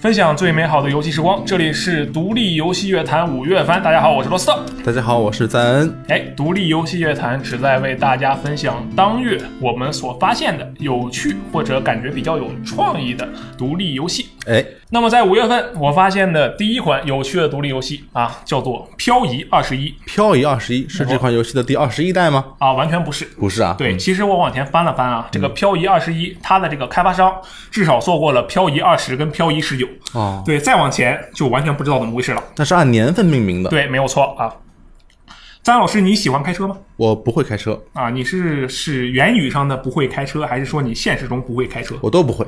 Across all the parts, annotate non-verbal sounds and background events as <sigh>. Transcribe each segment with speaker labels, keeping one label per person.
Speaker 1: 分享最美好的游戏时光，这里是独立游戏乐坛五月番。大家好，我是罗斯特。
Speaker 2: 大家好，我是赞恩。
Speaker 1: 哎，独立游戏乐坛旨在为大家分享当月我们所发现的有趣或者感觉比较有创意的独立游戏。
Speaker 2: 哎，
Speaker 1: 那么在五月份，我发现的第一款有趣的独立游戏啊，叫做《漂移二十一》
Speaker 2: 漂移二十一是这款游戏的第二十一代吗？
Speaker 1: 啊，完全不是。
Speaker 2: 不是啊，
Speaker 1: 对，其实我往前翻了翻啊，这个《漂移二十一》它的这个开发商至少做过了《漂移二十》跟《漂移十九》，
Speaker 2: 哦，
Speaker 1: 对，再往前就完全不知道怎么回事了。
Speaker 2: 它是按年份命名的。
Speaker 1: 对，没有错啊。张老师，你喜欢开车吗？
Speaker 2: 我不会开车，
Speaker 1: 啊，你是是言语上的不会开车，还是说你现实中不会开车？
Speaker 2: 我都不会。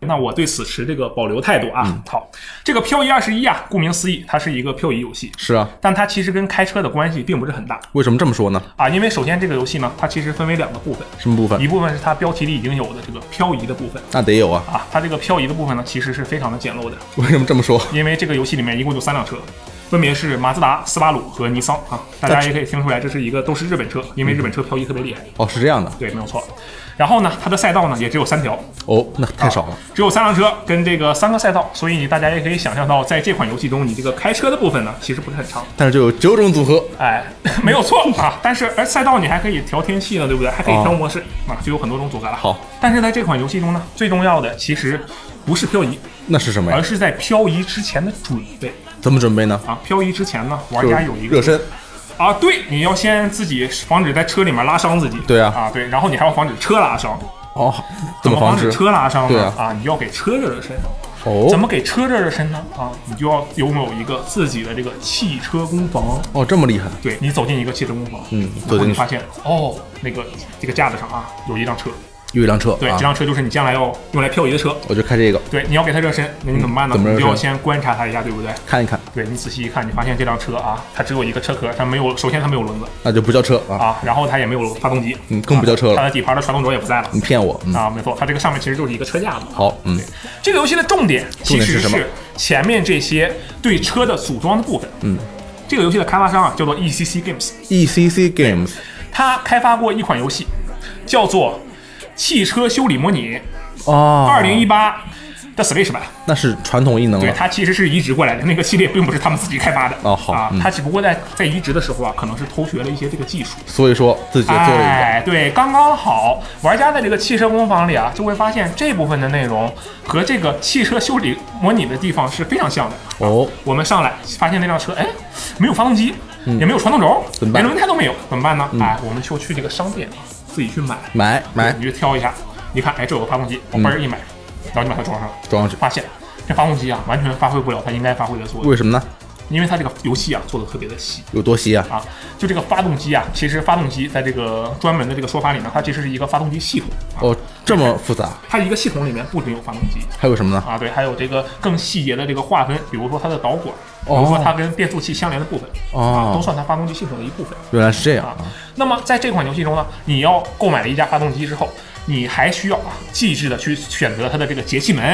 Speaker 1: 那我对此持这个保留态度啊。好，这个漂移二十一啊，顾名思义，它是一个漂移游戏，
Speaker 2: 是啊，
Speaker 1: 但它其实跟开车的关系并不是很大
Speaker 2: 为什么这么说呢？
Speaker 1: 啊，因为首先这个游戏呢，它其实分为两个部分，
Speaker 2: 什么部分
Speaker 1: 一？部分是它标题里已经有的这个漂移的部分
Speaker 2: 那得有啊。
Speaker 1: 啊，它这个漂移的部分呢，其实是非常的简陋的，
Speaker 2: 为什么这么说？
Speaker 1: 因为这个游戏里面一共就三辆车，分别是马自达、斯巴鲁和尼桑啊。大家也可以听出来，这是一个都是日本车，因为日本车漂移特别厉害。
Speaker 2: 哦，是这样的。
Speaker 1: 对，没有错。然后呢，它的赛道呢也只有三条，
Speaker 2: 哦，那太少了。
Speaker 1: 只有三辆车跟这个三个赛道，所以你大家也可以想象到，在这款游戏中，你这个开车的部分呢其实不是很长，
Speaker 2: 但是就有九种组合。
Speaker 1: 哎， <laughs> 没有错啊。但是而赛道你还可以调天气呢，对不对？还可以调模式、啊，就有很多种组合了。
Speaker 2: 好，
Speaker 1: 但是在这款游戏中呢，最重要的其实不是漂移，
Speaker 2: 那是什么
Speaker 1: 而
Speaker 2: 呀？
Speaker 1: 是在漂移之前的准备
Speaker 2: 怎么准备呢？
Speaker 1: 啊。漂移之前呢，玩
Speaker 2: 就
Speaker 1: 家有一个
Speaker 2: 热身。
Speaker 1: 啊，对，你要先自己防止在车里面拉伤自己。
Speaker 2: 对啊
Speaker 1: 啊对，然后你还要防止车拉伤。
Speaker 2: 哦，怎么
Speaker 1: 防
Speaker 2: 止？
Speaker 1: 车拉伤
Speaker 2: 对
Speaker 1: 呢
Speaker 2: 啊？
Speaker 1: 啊，你要给车热热身。怎
Speaker 2: 哦
Speaker 1: 么给车热热身呢？啊，你就要拥有一个自己的这个汽车工房。
Speaker 2: 哦，这么厉害。
Speaker 1: 对你走进一个汽车工房，
Speaker 2: 嗯
Speaker 1: 然
Speaker 2: 走
Speaker 1: 后
Speaker 2: 进
Speaker 1: 你
Speaker 2: 去
Speaker 1: 发现哦，那个这个架子上啊有一辆车，
Speaker 2: 有一辆车
Speaker 1: 对，
Speaker 2: 啊
Speaker 1: 这，辆车就是你将来要用来漂移的车。
Speaker 2: 我就开这个
Speaker 1: 对，你要给它热身，那你怎么办呢？
Speaker 2: 嗯怎么热
Speaker 1: 你
Speaker 2: 身
Speaker 1: 就要先观察它一下，对不对？
Speaker 2: 看一看，
Speaker 1: 对你仔细一看，你发现这辆车啊，它只有一个车壳，它没有，首先它没有轮子
Speaker 2: 那就不叫车啊，
Speaker 1: 啊，然后它也没有发动机，啊
Speaker 2: 嗯，更不叫车
Speaker 1: 它
Speaker 2: 了。
Speaker 1: 的底盘的传动轴也不在了
Speaker 2: 你骗我，嗯，
Speaker 1: 啊，没错，它这个上面其实就是一个车架子。啊
Speaker 2: 好，嗯，
Speaker 1: 这个游戏的重点其实
Speaker 2: 重点是什
Speaker 1: 是
Speaker 2: 么
Speaker 1: 前面这些对车的组装的部分。
Speaker 2: 嗯，
Speaker 1: 这个游戏的开发商啊叫做 ECC Games，
Speaker 2: ECC E Games
Speaker 1: 他开发过一款游戏，叫做《汽车修理模拟》，
Speaker 2: 哦，
Speaker 1: 二零一八的 Switch 版。
Speaker 2: 那是传统异能
Speaker 1: 对，
Speaker 2: 了，
Speaker 1: 它其实是移植过来的，那个系列并不是他们自己开发的。
Speaker 2: 哦好
Speaker 1: 啊，
Speaker 2: 嗯
Speaker 1: 它只不过在在移植的时候啊，可能是偷学了一些这个技术。
Speaker 2: 所以说自己也做了一个。
Speaker 1: 哎，对，刚刚好。玩家在这个汽车工坊里啊，就会发现这部分的内容和这个汽车修理模拟的地方是非常像的。
Speaker 2: 哦，
Speaker 1: 我们上来发现那辆车，哎，没有发动机，也没有传动轴，
Speaker 2: 嗯怎
Speaker 1: 连
Speaker 2: 么办
Speaker 1: 轮胎都没有，怎么办呢？哎，我们就去这个商店自己去买，
Speaker 2: 买买嗯
Speaker 1: 你就挑一下，你看，哎，这有个发动机，我嘣儿一买，然后就把它装上了，
Speaker 2: 装上去，
Speaker 1: 发现这发动机啊，完全发挥不了它应该发挥的作用，
Speaker 2: 为什么呢？
Speaker 1: 因为它这个游戏啊做的特别的细。
Speaker 2: 有多稀啊？
Speaker 1: 啊，就这个发动机啊，其实发动机在这个专门的这个说法里呢，它其实是一个发动机系统啊，
Speaker 2: 哦，这么复杂，
Speaker 1: 它一个系统里面不仅有发动机，
Speaker 2: 还有什么呢？
Speaker 1: 啊，对，还有这个更细节的这个划分，比如说它的导管，比如说它跟变速器相连的部分，啊，
Speaker 2: 哦
Speaker 1: 都算它发动机系统的一部分
Speaker 2: 原来是这样
Speaker 1: 啊
Speaker 2: 啊！。
Speaker 1: 那么在这款游戏中呢，你要购买了一架发动机之后，你还需要啊细致的去选择它的这个节气门，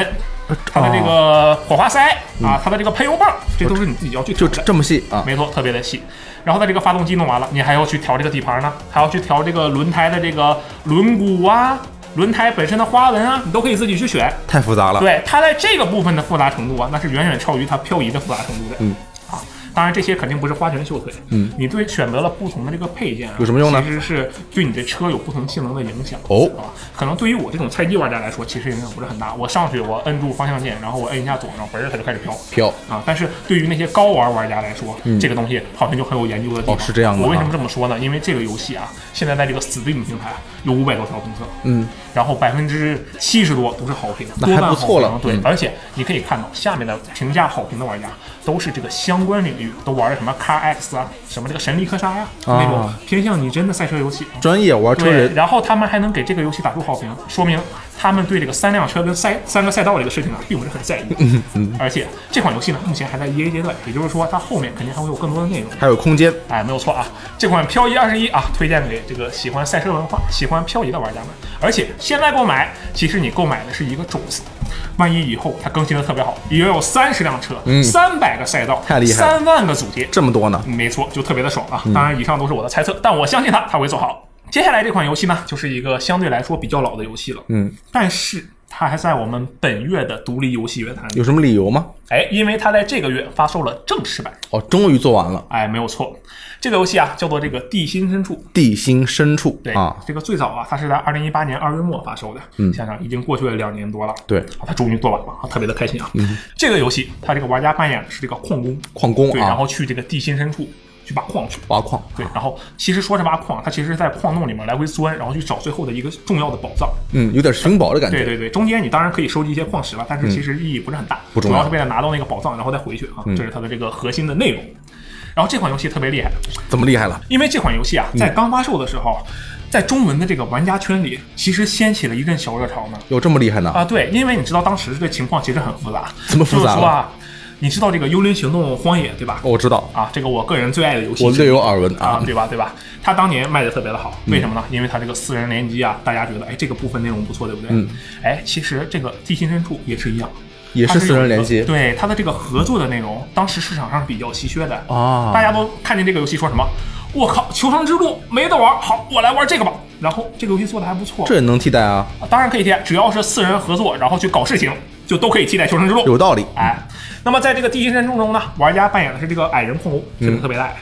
Speaker 2: 呃
Speaker 1: 它的
Speaker 2: 哦
Speaker 1: 这个火花塞啊，它的这个喷油泵，这都是你自己要去
Speaker 2: 嗯就
Speaker 1: 调
Speaker 2: 这
Speaker 1: 的。
Speaker 2: 这么细啊？
Speaker 1: 没错，特别的细。然后它这个发动机弄完了，你还要去调这个底盘呢，还要去调这个轮胎的这个轮毂啊，轮胎本身的花纹啊，你都可以自己去选。
Speaker 2: 太复杂了。
Speaker 1: 对，它在这个部分的复杂程度啊，那是远远超于它漂移的复杂程度的。
Speaker 2: 嗯，
Speaker 1: 啊，当然这些肯定不是花拳绣腿。
Speaker 2: 嗯，
Speaker 1: 你对选择了不同的这个配件、啊、
Speaker 2: 有什么用呢
Speaker 1: 其实是对你的车有不同性能的影响。
Speaker 2: 哦
Speaker 1: 啊，可能对于我这种菜鸡玩家来说，其实影响不是很大。我上去我摁住方向键，然后我摁一下左，然后嘣儿它就开始飘。
Speaker 2: 飘
Speaker 1: 啊，但是对于那些高玩玩家来说，这个东西好像就很有研究的地方。
Speaker 2: 嗯哦是这样的
Speaker 1: 我为
Speaker 2: 啊
Speaker 1: 什么这么说呢？因为这个游戏啊，现在在这个 Steam 平台有五百多条评测，
Speaker 2: 嗯，
Speaker 1: 然后百分之七十多都是好评，
Speaker 2: 那
Speaker 1: 多
Speaker 2: 还
Speaker 1: 半
Speaker 2: 不错了
Speaker 1: 好评对，
Speaker 2: 嗯
Speaker 1: 而且你可以看到下面的评价好评的玩家，都是这个相关领域都玩的什么 Car X 啊，什么这个神力科莎呀、
Speaker 2: 啊
Speaker 1: 那种偏向拟真的赛车游戏。
Speaker 2: 专业玩车
Speaker 1: 对，
Speaker 2: 人
Speaker 1: 然后他们还能给这个游戏打出好评，说明他们对这个三辆车跟赛三个赛道这个事情啊，并不是很在意。
Speaker 2: <laughs> 嗯
Speaker 1: 而且这款游戏呢，目前还在 EA 阶段，也就是说它后面肯定还会有更多的内容。
Speaker 2: 还有空间，
Speaker 1: 哎，没有错啊！这款漂移二十一啊，推荐给这个喜欢赛车文化、喜欢漂移的玩家们。而且现在购买，其实你购买的是一个种子，万一以后它更新的特别好，也有三十辆车、
Speaker 2: 嗯
Speaker 1: 三百个赛道、
Speaker 2: 太厉害了
Speaker 1: 三万个组件，
Speaker 2: 这么多呢？
Speaker 1: 没错，就特别的爽啊！
Speaker 2: 嗯
Speaker 1: 当然，以上都是我的猜测，但我相信它，它会做好。接下来这款游戏呢，就是一个相对来说比较老的游戏了，
Speaker 2: 嗯，
Speaker 1: 但是它它还在我们本月的独立游戏乐坛里。
Speaker 2: 有什么理由吗？
Speaker 1: 哎，因为它在这个月发售了正式版。
Speaker 2: 哦，终于做完了，
Speaker 1: 哎，没有错，这个游戏啊叫做这个《地心深处》。
Speaker 2: 地心深处
Speaker 1: 对
Speaker 2: 啊，嗯
Speaker 1: 这个最早啊，它是在二零一八年二月末发售的，想想已经过去了两年多了。
Speaker 2: 对嗯
Speaker 1: 啊，它终于做完了，啊，特别的开心啊。这个游戏它这个玩家扮演的是这个矿工，
Speaker 2: 矿工
Speaker 1: 对，然
Speaker 2: 啊，
Speaker 1: 后去这个地心深处去挖矿去。
Speaker 2: 挖矿，
Speaker 1: 对，然后其实说是挖矿，它其实是在矿洞里面来回钻，然后去找最后的一个重要的宝藏。
Speaker 2: 嗯，有点寻宝的感
Speaker 1: 对
Speaker 2: 觉，
Speaker 1: 对对，中间你当然可以收集一些矿石了，但是其实意义不是很大，
Speaker 2: 嗯不重
Speaker 1: 主
Speaker 2: 要嗯
Speaker 1: 要是为了拿到那个宝藏，然后再回去啊，这是它的这个核心的内容。然后这款游戏特别厉害，
Speaker 2: 怎么厉害了？
Speaker 1: 因为这款游戏啊，
Speaker 2: 嗯
Speaker 1: 在刚发售的时候，在中文的这个玩家圈里，其实掀起了一阵小热潮呢。
Speaker 2: 有这么厉害呢？
Speaker 1: 啊，对，因为你知道当时这情况其实很复杂，
Speaker 2: 怎么复杂
Speaker 1: 就是说啊，你知道这个《幽灵行动：荒野》对吧？
Speaker 2: 哦我知道，
Speaker 1: 啊，这个我个人最爱的游戏
Speaker 2: 我
Speaker 1: 之一，
Speaker 2: 略有耳闻
Speaker 1: 啊
Speaker 2: 啊，，
Speaker 1: 对吧？对吧？它当年卖的特别的好，为什么呢？因为它这个四人联机啊，大家觉得哎这个部分内容不错，对不对？
Speaker 2: 嗯。
Speaker 1: 哎，其实这个地心深处也是一样，
Speaker 2: 也
Speaker 1: 它
Speaker 2: 是私
Speaker 1: 有
Speaker 2: 人
Speaker 1: 一
Speaker 2: 联
Speaker 1: 个
Speaker 2: 机
Speaker 1: 对它的这个合作的内容，当时市场上是比较稀缺的
Speaker 2: 啊
Speaker 1: 大家都看见这个游戏说什么？我靠，求生之路没得玩，好，我来玩这个吧。然后这个游戏做的还不错，
Speaker 2: 这也能替代啊，
Speaker 1: 当然可以替代，只要是四人合作，然后去搞事情，就都可以替代求生之路。
Speaker 2: 有道理，
Speaker 1: 哎，那么在这个地心深处中呢，玩家扮演的是这个矮人矿工，这个特别的矮。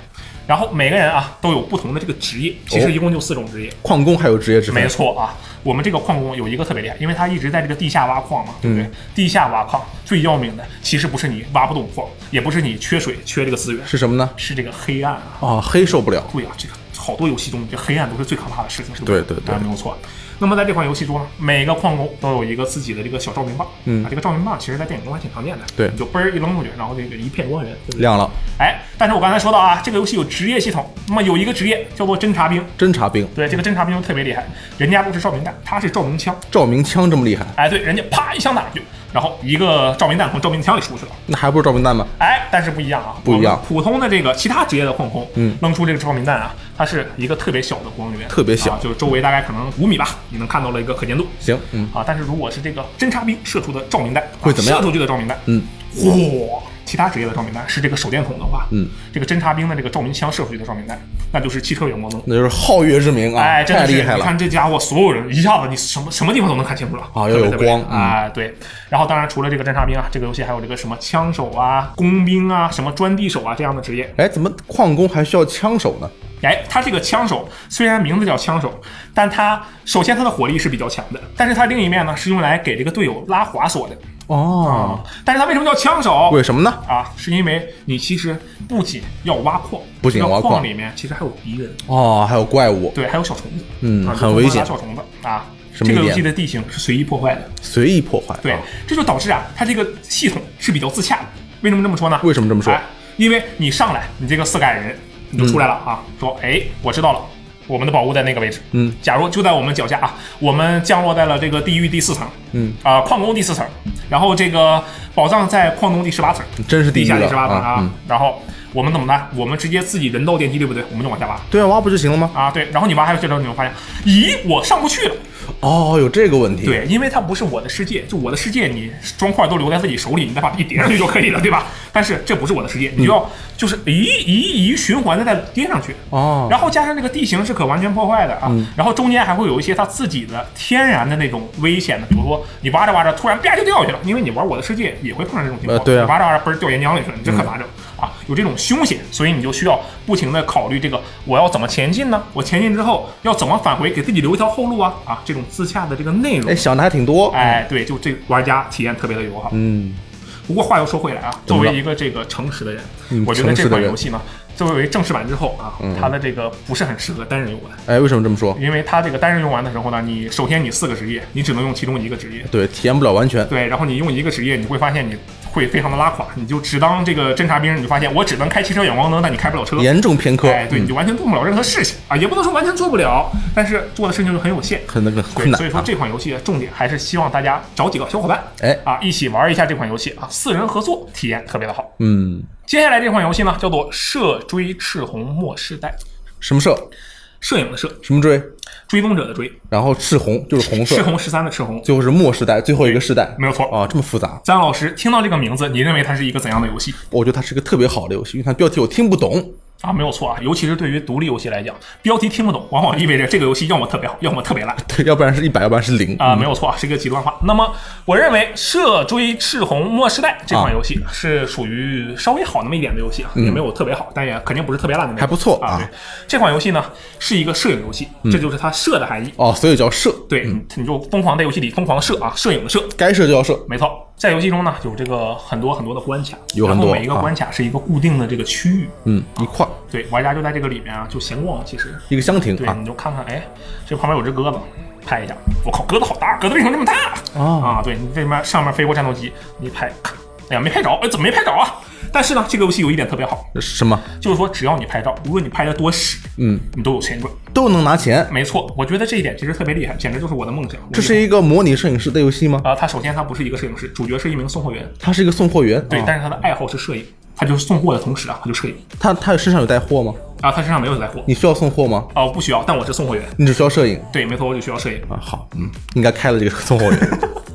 Speaker 1: 然后每个人啊都有不同的这个职业，其实一共就四种职业。
Speaker 2: 矿工还有职业之
Speaker 1: 没
Speaker 2: 分，
Speaker 1: 错啊，我们这个矿工有一个特别厉害，因为他一直在这个地下挖矿嘛，对不对？地下挖矿最要命的其实不是你挖不动矿，也不是你缺水缺这个资源，
Speaker 2: 是什么呢？
Speaker 1: 是这个黑暗啊。
Speaker 2: 啊，黑受不了，
Speaker 1: 对啊，这个好多游戏中，这黑暗都是最可怕的事情，是吧？
Speaker 2: 对对对
Speaker 1: 啊没有错。那么在这款游戏中呢，每个矿工都有一个自己的这个小照明棒，
Speaker 2: 嗯
Speaker 1: 啊，这个照明棒其实在电影中还挺常见的，
Speaker 2: 对
Speaker 1: 你就嘣儿一扔出去，然后这个一片光源，对不对？
Speaker 2: 亮了，
Speaker 1: 哎，但是我刚才说到啊，这个游戏有职业系统，那么有一个职业叫做侦察兵，
Speaker 2: 侦察兵，
Speaker 1: 对，这个侦察兵就特别厉害，人家不是照明弹，他是照明枪，
Speaker 2: 照明枪这么厉害，
Speaker 1: 哎，对，人家啪一枪打过去，然后一个照明弹从照明枪里出去了。
Speaker 2: 那还不是照明弹吗？
Speaker 1: 哎，但是不一样啊，
Speaker 2: 不一样
Speaker 1: 我们普通的这个其他职业的矿工，
Speaker 2: 嗯
Speaker 1: 扔出这个照明弹啊，它是一个特别小的光源，
Speaker 2: 特别小
Speaker 1: 啊就是周围大概可能五米吧，你能看到了一个可见度。
Speaker 2: 行，嗯
Speaker 1: 啊，但是如果是这个侦察兵射出的照明弹，
Speaker 2: 会怎么样
Speaker 1: 啊射出去的照明弹，
Speaker 2: 嗯，
Speaker 1: 嚯、其他职业的照明弹是这个手电筒的话，
Speaker 2: 嗯，
Speaker 1: 这个侦察兵的这个照明枪射出去的照明弹，那就是汽车远光灯。
Speaker 2: 那就是皓月之明啊，
Speaker 1: 哎，真
Speaker 2: 太
Speaker 1: 的是
Speaker 2: 厉害
Speaker 1: 你
Speaker 2: 了，
Speaker 1: 看这家伙，所有人一下子你什么什么地方都能看清楚了
Speaker 2: 啊
Speaker 1: 特别
Speaker 2: 要有
Speaker 1: 特别
Speaker 2: 光嗯
Speaker 1: 啊、对。然后当然除了这个侦察兵啊，这个游戏还有这个什么枪手啊、工兵啊、什么钻地手啊这样的职业。
Speaker 2: 哎，怎么矿工还需要枪手呢？
Speaker 1: 哎，他这个枪手虽然名字叫枪手，但他首先他的火力是比较强的，但是他另一面呢是用来给这个队友拉滑索的
Speaker 2: 哦，
Speaker 1: 啊、但是他为什么叫枪手？
Speaker 2: 为什么呢？
Speaker 1: 啊，是因为你其实不仅要挖矿，
Speaker 2: 不仅
Speaker 1: 这个
Speaker 2: 挖矿
Speaker 1: 矿里面其实还有敌人，
Speaker 2: 哦，还有怪物，
Speaker 1: 对，还有小虫子，
Speaker 2: 嗯
Speaker 1: 啊
Speaker 2: 很
Speaker 1: 有
Speaker 2: 危
Speaker 1: 空拉
Speaker 2: 险
Speaker 1: 小虫子啊，
Speaker 2: 什么
Speaker 1: 这个游
Speaker 2: 一点
Speaker 1: 戏的地形是随意破坏的，
Speaker 2: 随意破坏。
Speaker 1: 对
Speaker 2: 啊，
Speaker 1: 这就导致啊，它这个系统是比较自洽的。为什么这么说呢？
Speaker 2: 为什么这么说
Speaker 1: 哎因为你上来，你这个四个矮人你就出来了啊，说哎，我知道了，我们的宝物在那个位置。
Speaker 2: 嗯，
Speaker 1: 假如就在我们脚下啊，我们降落在了这个地狱第四层，
Speaker 2: 嗯，
Speaker 1: 啊、矿工第四层，然后这个宝藏在矿洞第十八层，
Speaker 2: 真嗯是地
Speaker 1: 地
Speaker 2: 狱
Speaker 1: 下第
Speaker 2: 了
Speaker 1: 十八层啊。
Speaker 2: 啊！嗯
Speaker 1: 然后我们怎么办？我们直接自己人造电梯，对不对？我们就往下挖。
Speaker 2: 对啊，挖不就行了吗？
Speaker 1: 啊，对，然后你挖下去之后，你会发现，咦，我上不去了。
Speaker 2: 哦，有这个问题。，
Speaker 1: 啊对，因为它不是我的世界，就我的世界，你砖块都留在自己手里，你再把地叠上去就可以了，对吧？但是这不是我的世界，你
Speaker 2: 嗯
Speaker 1: 就要就是一一一循环的再叠上去。
Speaker 2: 哦，嗯
Speaker 1: 然后加上这个地形是可完全破坏的啊，然后中间还会有一些它自己的天然的那种危险的，比如说你挖着挖着突然啪就掉下去了，因为你玩我的世界也会碰上这种情况，
Speaker 2: 呃对啊嗯
Speaker 1: 你挖着挖着嘣儿掉岩浆里去了，你这可咋整、啊？有这种凶险，所以你就需要不停的考虑这个我要怎么前进呢？我前进之后要怎么返回，给自己留一条后路啊啊！这种自洽的这个内容
Speaker 2: 哎，，想的还挺多。，
Speaker 1: 哎，对，就这玩家体验特别的友好。
Speaker 2: 嗯，
Speaker 1: 不过话又说回来啊，
Speaker 2: 怎
Speaker 1: 作
Speaker 2: 么了
Speaker 1: 为一个这个诚实的人，
Speaker 2: 嗯
Speaker 1: 我觉得
Speaker 2: 诚
Speaker 1: 这
Speaker 2: 实的
Speaker 1: 款
Speaker 2: 人嗯
Speaker 1: 游戏呢，作为正式版之后啊，它的这个不是很适合单人游玩，
Speaker 2: 哎，为什么这么说？
Speaker 1: 因为它这个单人游玩的时候呢，你首先你四个职业，你只能用其中一个职业，
Speaker 2: 对，体验不了完全。
Speaker 1: 对，然后你用一个职业，你会发现你会非常的拉垮，你就只当这个侦察兵，你就发现我只能开汽车远光灯，但你开不了车。
Speaker 2: 严重偏科，嗯
Speaker 1: 哎，对，你就完全做不了任何事情啊，也不能说完全做不了，但是做的事情就很有限。
Speaker 2: 很那个
Speaker 1: 对，
Speaker 2: 困难
Speaker 1: 所以说
Speaker 2: 啊。
Speaker 1: 这款游戏的重点还是希望大家找几个小伙伴，
Speaker 2: 哎
Speaker 1: 啊，一起玩一下这款游戏啊，四人合作体验特别的好。
Speaker 2: 嗯，
Speaker 1: 接下来这款游戏呢，叫做《射追赤红末世代》，
Speaker 2: 什么射？
Speaker 1: 摄影的摄，
Speaker 2: 什么追？
Speaker 1: 追踪者的追，
Speaker 2: 然后赤红就是红色
Speaker 1: 赤，红十三的赤红，
Speaker 2: 最后是末世代，最后一个世代。
Speaker 1: 没有错。
Speaker 2: 啊，这么复杂，
Speaker 1: 张老师听到这个名字，你认为它是一个怎样的游戏？
Speaker 2: 我觉得它是一个特别好的游戏，因为它标题我听不懂， <laughs>
Speaker 1: 啊，没有错啊，尤其是对于独立游戏来讲，标题听不懂，往往意味着这个游戏要么特别好，要么特别烂。
Speaker 2: 对，要不然是一百，要不然是零嗯
Speaker 1: 啊、没有错啊，是一个极端化。那么，我认为《射追赤红末世代》这
Speaker 2: 啊
Speaker 1: 款游戏是属于稍微好那么一点的游戏啊，也没有特别好，但也肯定不是特别烂的那种，
Speaker 2: 嗯还不错
Speaker 1: 啊。
Speaker 2: 啊嗯
Speaker 1: 对，这款游戏呢是一个摄影游戏，这就是它“射”的含义。
Speaker 2: 哦，所以叫射，
Speaker 1: 对，你就疯狂在游戏里疯狂射啊，摄影的射，
Speaker 2: 该射就要射。
Speaker 1: 没错，在游戏中呢有这个很多很多的关卡，
Speaker 2: 有很
Speaker 1: 然
Speaker 2: 多啊
Speaker 1: 后每一个关卡是一个固定的这个区域，
Speaker 2: 嗯，一块儿
Speaker 1: 对，玩家就在这个里面啊就闲逛，其实
Speaker 2: 一个箱庭
Speaker 1: 对，
Speaker 2: 啊，
Speaker 1: 你就看看，哎，这旁边有只鸽子，拍一下，我靠，鸽子好大，鸽子为什么这么大？
Speaker 2: 哦
Speaker 1: 啊，对你这边上面飞过战斗机，你一拍，咔，哎呀没拍着，哎怎么没拍着啊？但是呢，这个游戏有一点特别好，
Speaker 2: 什么，
Speaker 1: 就是说只要你拍照，无论你拍的多屎，
Speaker 2: 嗯，
Speaker 1: 你都有钱赚。
Speaker 2: 都能拿钱。
Speaker 1: 没错，我觉得这一点其实特别厉害，简直就是我的梦想。我
Speaker 2: 这
Speaker 1: 以
Speaker 2: 是一个模拟摄影师的游戏吗？
Speaker 1: 啊、他首先他不是一个摄影师，主角是一名送货员，
Speaker 2: 他是一个送货员，
Speaker 1: 对，
Speaker 2: 啊
Speaker 1: 但是他的爱好是摄影，他就是送货的同时啊，他就摄影
Speaker 2: 他他身上有带货吗？
Speaker 1: 啊，他身上没有带货
Speaker 2: 你需要送货吗？
Speaker 1: 啊，我不需要，但我是送货员，
Speaker 2: 你只需要摄影
Speaker 1: 对，没错，我只需要摄影。
Speaker 2: 啊。好，嗯，应该开了这个送货
Speaker 1: <laughs>
Speaker 2: 员，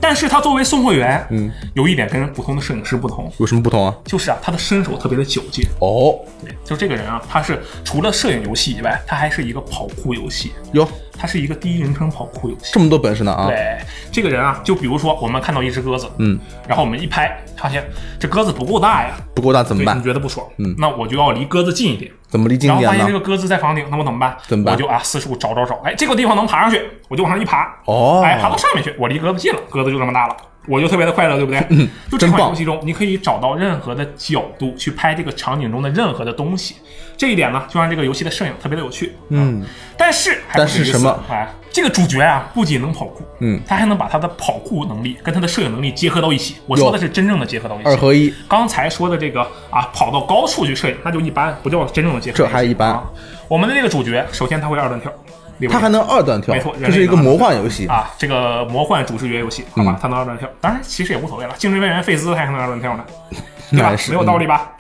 Speaker 1: 但是他作为送货员，嗯，有一点跟普通的摄影师不同，
Speaker 2: 有什么不同啊？
Speaker 1: 就是啊，他的身手特别的矫健。
Speaker 2: 哦，
Speaker 1: 对，就这个人啊，他是除了摄影游戏以外，他还是一个跑酷游戏，
Speaker 2: 哟，
Speaker 1: 他是一个第一人称跑酷游戏。
Speaker 2: 这么多本事呢啊！
Speaker 1: 对，这个人啊，就比如说我们看到一只鸽子，
Speaker 2: 嗯，
Speaker 1: 然后我们一拍，发现这鸽子不够大呀，
Speaker 2: 不够大怎么
Speaker 1: 对，
Speaker 2: 办
Speaker 1: 你？觉得不爽，嗯，那我就要离鸽子近一点，
Speaker 2: 怎么离近
Speaker 1: 然
Speaker 2: 一
Speaker 1: 后
Speaker 2: 点
Speaker 1: 发现这
Speaker 2: 呢？
Speaker 1: 个鸽子在房顶，那我怎么办？
Speaker 2: 怎么办
Speaker 1: 我就啊四处找找找，哎，这个地方能爬上去，我就往上一爬，
Speaker 2: 哦
Speaker 1: 哎，爬到上面去，我离鸽子近了，鸽子就这么大了。我就特别的快乐，对不对？就这
Speaker 2: 嗯真
Speaker 1: 款
Speaker 2: 棒
Speaker 1: 游戏中，你可以找到任何的角度去拍这个场景中的任何的东西，这一点呢，就让这个游戏的摄影特别的有趣。嗯，但是还不
Speaker 2: 但是
Speaker 1: 止于此
Speaker 2: 什么？
Speaker 1: 哎，这个主角啊，不仅能跑酷，
Speaker 2: 嗯，
Speaker 1: 他还能把他的跑酷能力跟他的摄影能力结合到一起。我说
Speaker 2: 哟
Speaker 1: 的是真正的结合到一起，
Speaker 2: 二合一，
Speaker 1: 刚才说的这个啊，跑到高处去摄影，那就一般，不叫真正的结合。
Speaker 2: 这还一般
Speaker 1: 啊。我们的这个主角，首先他会二段跳，对不对
Speaker 2: 他还能二段跳
Speaker 1: 没错，人类
Speaker 2: 这是一个
Speaker 1: 能
Speaker 2: 魔幻游戏。
Speaker 1: 啊，这个魔幻主视觉游戏，好
Speaker 2: 嗯
Speaker 1: 吧，他能二段跳，当然其实也无所谓了。竞争边缘费兹他还能二段跳呢，对
Speaker 2: 那
Speaker 1: 吧
Speaker 2: 也？哎是嗯
Speaker 1: 没有道理吧？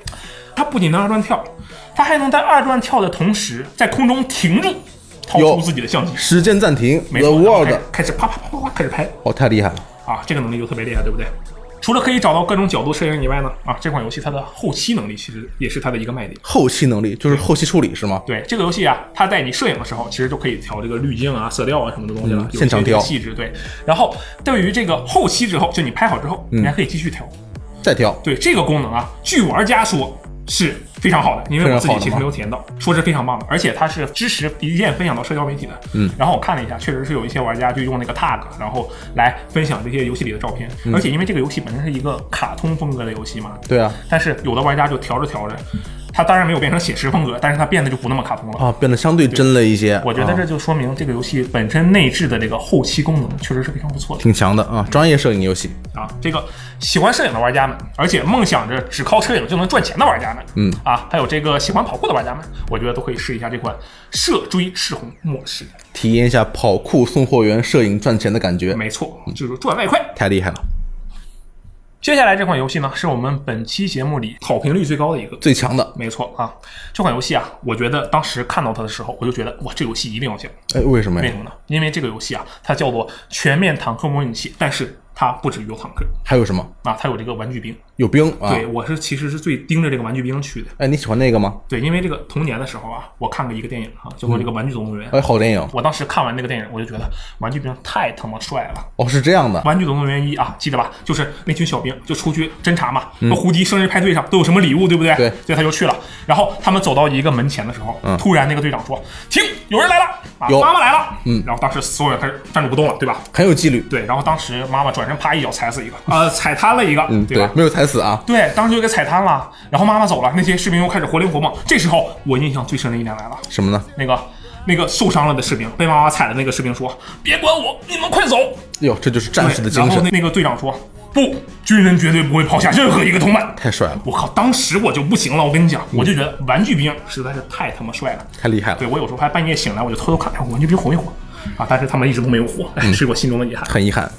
Speaker 1: 他不仅能二段跳，他还能在二段跳的同时，在空中停住，掏
Speaker 2: 有
Speaker 1: 出自己的相机，
Speaker 2: 嗯时间暂停
Speaker 1: 没
Speaker 2: ，The
Speaker 1: 错，然后开
Speaker 2: World，
Speaker 1: 始开始啪啪啪啪啪开始拍，
Speaker 2: 哦，太厉害了！
Speaker 1: 啊，这个能力就特别厉害，对不对？除了可以找到各种角度摄影以外呢，啊，这款游戏它的后期能力其实也是它的一个卖点。
Speaker 2: 后期能力就是后期处理是吗？
Speaker 1: 对这个游戏啊，它在你摄影的时候，其实就可以调这个滤镜啊、色调啊什么的东西了，
Speaker 2: 嗯
Speaker 1: 有
Speaker 2: 现场
Speaker 1: 这个
Speaker 2: 调
Speaker 1: 细致。对，然后对于这个后期之后，就你拍好之后，
Speaker 2: 嗯
Speaker 1: 你还可以继续调。
Speaker 2: 再调，
Speaker 1: 对这个功能啊，据玩家说是非常好的，因为我自
Speaker 2: 非常好
Speaker 1: 己其实
Speaker 2: 的吗
Speaker 1: 没有体验到，说是非常棒的，而且它是支持一键分享到社交媒体的。嗯，然后我看了一下，确实是有一些玩家就用那个 tag，然后来分享这些游戏里的照片，而且因为这个游戏本身是一个卡通风格的游戏嘛，
Speaker 2: 嗯对嗯啊，
Speaker 1: 但是有的玩家就调着调着，它当然没有变成写实风格，但是它变得就不那么卡通了。
Speaker 2: 啊，变得相对真了一些。
Speaker 1: 我觉得
Speaker 2: 啊
Speaker 1: 这就说明这个游戏本身内置的这个后期功能确实是非常不错的。
Speaker 2: 挺强的啊，专业摄影游戏。
Speaker 1: 啊，这个喜欢摄影的玩家们，而且梦想着只靠摄影就能赚钱的玩家们，
Speaker 2: 嗯
Speaker 1: 啊，还有这个喜欢跑酷的玩家们，我觉得都可以试一下这款《射追赤红末世代
Speaker 2: 体验一下跑酷送货员摄影赚钱的感觉》。，
Speaker 1: 没错，就是赚外快。
Speaker 2: 太厉害了，
Speaker 1: 接下来这款游戏呢，是我们本期节目里好评率最高的一个。
Speaker 2: 最强的。
Speaker 1: 没错啊，这款游戏啊，我觉得当时看到它的时候，我就觉得哇，这游戏一定要讲。
Speaker 2: 哎，为什么
Speaker 1: 为
Speaker 2: 呀
Speaker 1: 什？么呢？因为这个游戏啊，它叫做全面坦克模拟器，但是它不止于有坦克
Speaker 2: 还有什么？
Speaker 1: 啊，它有这个玩具兵。
Speaker 2: 有兵啊？
Speaker 1: 对我是其实是最盯着这个玩具兵去的。
Speaker 2: 哎，你喜欢那个吗？
Speaker 1: 对，因为这个童年的时候啊，我看过一个电影啊，叫做《这个玩具总动员》。
Speaker 2: 哎，好电影
Speaker 1: 我当时看完那个电影，我就觉得玩具兵太他妈帅了。
Speaker 2: 哦，是这样的
Speaker 1: 《玩具总动员一》啊，记得吧？就是那群小兵就出去侦查嘛，和胡迪生日派对上都有什么礼物，对不对？
Speaker 2: 嗯对
Speaker 1: 所以他就去了。然后他们走到一个门前的时候，
Speaker 2: 嗯
Speaker 1: 突然那个队长说：“停，有人来了，啊，
Speaker 2: 有
Speaker 1: 妈妈来了。”嗯，然后当时所有人开始站住不动了，对吧？
Speaker 2: 很有纪律。
Speaker 1: 对，然后当时妈妈转身啪一脚踩死一个，呃，踩瘫了一个，
Speaker 2: 嗯，
Speaker 1: 对吧？
Speaker 2: 没有踩死啊。
Speaker 1: 对，当时就给踩瘫了。然后妈妈走了，那些士兵又开始活灵活猛。这时候我印象最深的一点来了，
Speaker 2: 什么呢？
Speaker 1: 那个那个受伤了的士兵被妈妈踩的那个士兵说：“别管我，你们快走！”
Speaker 2: 哎呦，这就是战士的
Speaker 1: 对
Speaker 2: 精
Speaker 1: 然后
Speaker 2: 神，
Speaker 1: 那那个队长说：“不，军人绝对不会抛下任何一个同伴。”
Speaker 2: 太帅了，
Speaker 1: 我靠！当时我就不行了，我跟你讲，
Speaker 2: 嗯
Speaker 1: 我就觉得玩具兵实在是太他妈帅了。
Speaker 2: 太厉害
Speaker 1: 对
Speaker 2: 了，
Speaker 1: 我有时候还半夜
Speaker 2: 嗯
Speaker 1: 醒来，我就偷偷看，哎，玩具兵火没火啊？但是他们一直都没有火，哎是我心中的遗憾。
Speaker 2: 很遗憾。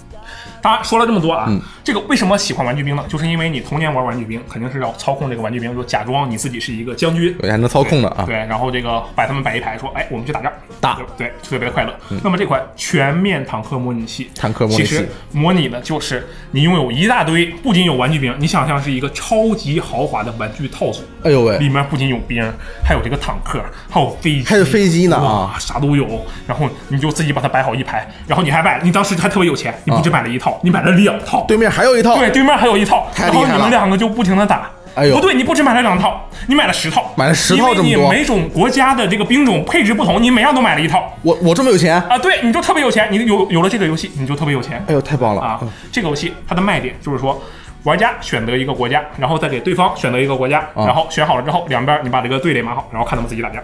Speaker 1: 当然说了这么多啊，
Speaker 2: 嗯
Speaker 1: 这个为什么喜欢玩具兵呢？就是因为你童年玩玩具兵，肯定是要操控这个玩具兵，就假装你自己是一个将军，
Speaker 2: 对，还能操控的啊，
Speaker 1: 对，然后这个把他们摆一排，说，哎，我们去打仗，
Speaker 2: 打嗯
Speaker 1: 对对，就特别的快乐。那么这款全面坦克模拟器，
Speaker 2: 坦克模拟器
Speaker 1: 其实模拟的就是你拥有一大堆，不仅有玩具兵，你想象是一个超级豪华的玩具套组，
Speaker 2: 哎呦喂
Speaker 1: 里，面不仅有兵，还有这个坦克，还有飞机，
Speaker 2: 还有飞机呢啊
Speaker 1: 哇，啥都有。然后你就自己把它摆好一排，然后你还买，你当时还特别有钱，你不只买了一套，你买了两套，
Speaker 2: 啊对面还有一套，
Speaker 1: 对，对面还有一套，
Speaker 2: 太
Speaker 1: 然
Speaker 2: 厉害
Speaker 1: 后
Speaker 2: 了
Speaker 1: 你们两个就不停的打。
Speaker 2: 哎呦
Speaker 1: 不对，你不只买了两套，你买了十套，
Speaker 2: 买了10套
Speaker 1: 因为你
Speaker 2: 这么多
Speaker 1: 每种国家的这个兵种配置不同，你每样都买了一套
Speaker 2: 我我这么有钱，
Speaker 1: 啊。对，你就特别有钱，你有有了这个游戏，你就特别有钱
Speaker 2: 哎呦太棒了
Speaker 1: 啊！！这个游戏它的卖点就是说。玩家选择一个国家，然后再给对方选择一个国家，
Speaker 2: 啊
Speaker 1: 然后选好了之后，两边你把这个队列码好，然后看他们自己打架。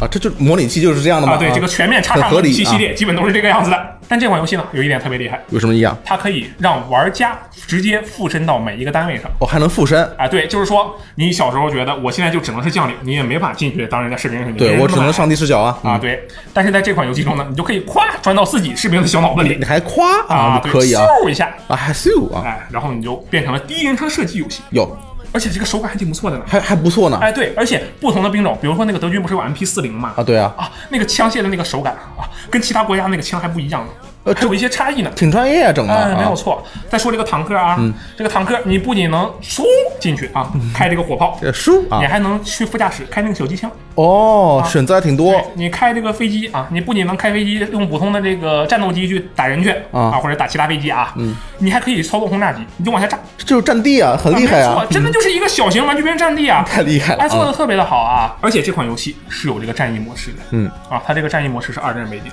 Speaker 2: 啊，这就模拟器就是这样的吗？
Speaker 1: 啊，对，这个全面叉叉
Speaker 2: 很合理
Speaker 1: 系
Speaker 2: 啊
Speaker 1: 系列基本都是这个样子的。但这款游戏呢，有一点特别厉害，
Speaker 2: 有什么异样？
Speaker 1: 它可以让玩家直接附身到每一个单位上。
Speaker 2: 哦，还能附身，
Speaker 1: 啊，对，就是说你小时候觉得我现在就只能是将领，你也没法进去当人家士兵去。
Speaker 2: 对我只能
Speaker 1: 上
Speaker 2: 上帝视角啊
Speaker 1: 啊，，对。但是在这款游戏中呢，你就可以咵转到自己士兵的小脑子
Speaker 2: 嗯你
Speaker 1: 里
Speaker 2: 还夸 <laughs> 啊，
Speaker 1: 对
Speaker 2: 可以啊，
Speaker 1: 嗖一下，
Speaker 2: 啊还咻啊，
Speaker 1: 哎，然后你就变成了第一人称射击游戏，
Speaker 2: 有
Speaker 1: 而且这个手感还挺不错的呢。
Speaker 2: 还还不错呢
Speaker 1: 哎，对，而且不同的兵种，比如说那个德军不是有 MP 四零嘛，
Speaker 2: 啊，对啊，
Speaker 1: 啊，那个枪械的那个手感啊，跟其他国家那个枪还不一样呢，
Speaker 2: 呃
Speaker 1: 还有一些差异呢。
Speaker 2: 挺专业啊，整的
Speaker 1: 哎，没
Speaker 2: 啊嗯
Speaker 1: 有，错。再说这个坦克啊，这个坦克你不仅能嗖进去啊，开这个火炮，
Speaker 2: 这叔嗯啊
Speaker 1: 你，还啊能去副驾驶开那个小机枪。
Speaker 2: 哦，选择还挺多
Speaker 1: 对，你开这个飞机啊，你不仅能开飞机，用普通的这个战斗机去打人去
Speaker 2: 啊嗯
Speaker 1: 或者打其他飞机啊，你还可以操作轰炸机，你就往下炸，
Speaker 2: 这就是战地啊，很厉害
Speaker 1: 没
Speaker 2: 啊
Speaker 1: 错，，真的就是一个小型玩具兵战地啊。
Speaker 2: 太厉害了
Speaker 1: 哎，做的
Speaker 2: 啊，
Speaker 1: 特别的好啊！而且这款游戏是有这个战役模式的，
Speaker 2: 嗯
Speaker 1: 啊，它这个战役模式是二战为定，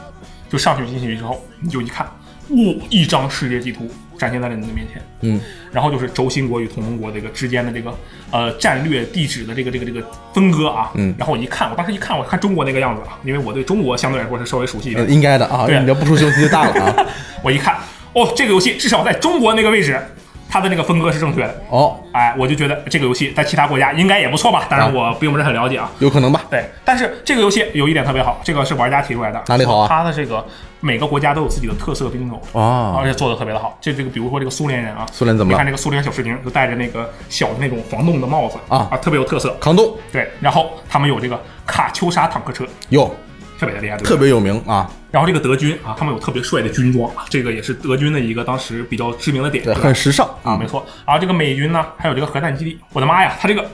Speaker 1: 就上去进去之后，你就一看，哇，一张世界地图展现在了你的面前，
Speaker 2: 嗯，
Speaker 1: 然后就是轴心国与同盟国这个之间的这个呃战略地址的这个这个这个分割啊，
Speaker 2: 嗯
Speaker 1: 然后我一看，我当时一看，我看中国那个样子啊，因为我对中国相对来说是稍微熟悉一点
Speaker 2: 呃，应该的啊，
Speaker 1: 对
Speaker 2: 你这不出胸肌就大了啊，
Speaker 1: <laughs> 我一看，哦，这个游戏至少在中国那个位置，它的那个分割是正确的，
Speaker 2: 哦，
Speaker 1: 哎，我就觉得这个游戏在其他国家应该也不错吧，当然我并不是很了解啊。
Speaker 2: 有可能
Speaker 1: <laughs>
Speaker 2: 吧，
Speaker 1: 对，但是这个游戏有一点特别好，这个是玩家提出来的。
Speaker 2: 哪里好啊
Speaker 1: 它的这个每个国家都有自己的特色兵种，而
Speaker 2: 哦，
Speaker 1: 且做的特别的好。这这个比如说这个苏联人啊，
Speaker 2: 苏联怎么
Speaker 1: 你
Speaker 2: 了
Speaker 1: 看这个苏联小士兵就戴着那个小的那种防冻的帽子
Speaker 2: 啊
Speaker 1: 特别有特色。
Speaker 2: 扛冻
Speaker 1: 对，然后他们有这个卡秋莎坦克车，
Speaker 2: 有，
Speaker 1: 特别的厉害，对吧
Speaker 2: 特别有名啊，
Speaker 1: 然后这个德军啊，他们有特别帅的军装，啊，这个也是德军的一个当时比较知名的点，
Speaker 2: 对，
Speaker 1: 对吧
Speaker 2: 很时尚
Speaker 1: 啊，
Speaker 2: 啊
Speaker 1: 没，错。然后这个美军呢，还有这个核弹基地，我的妈呀，它这个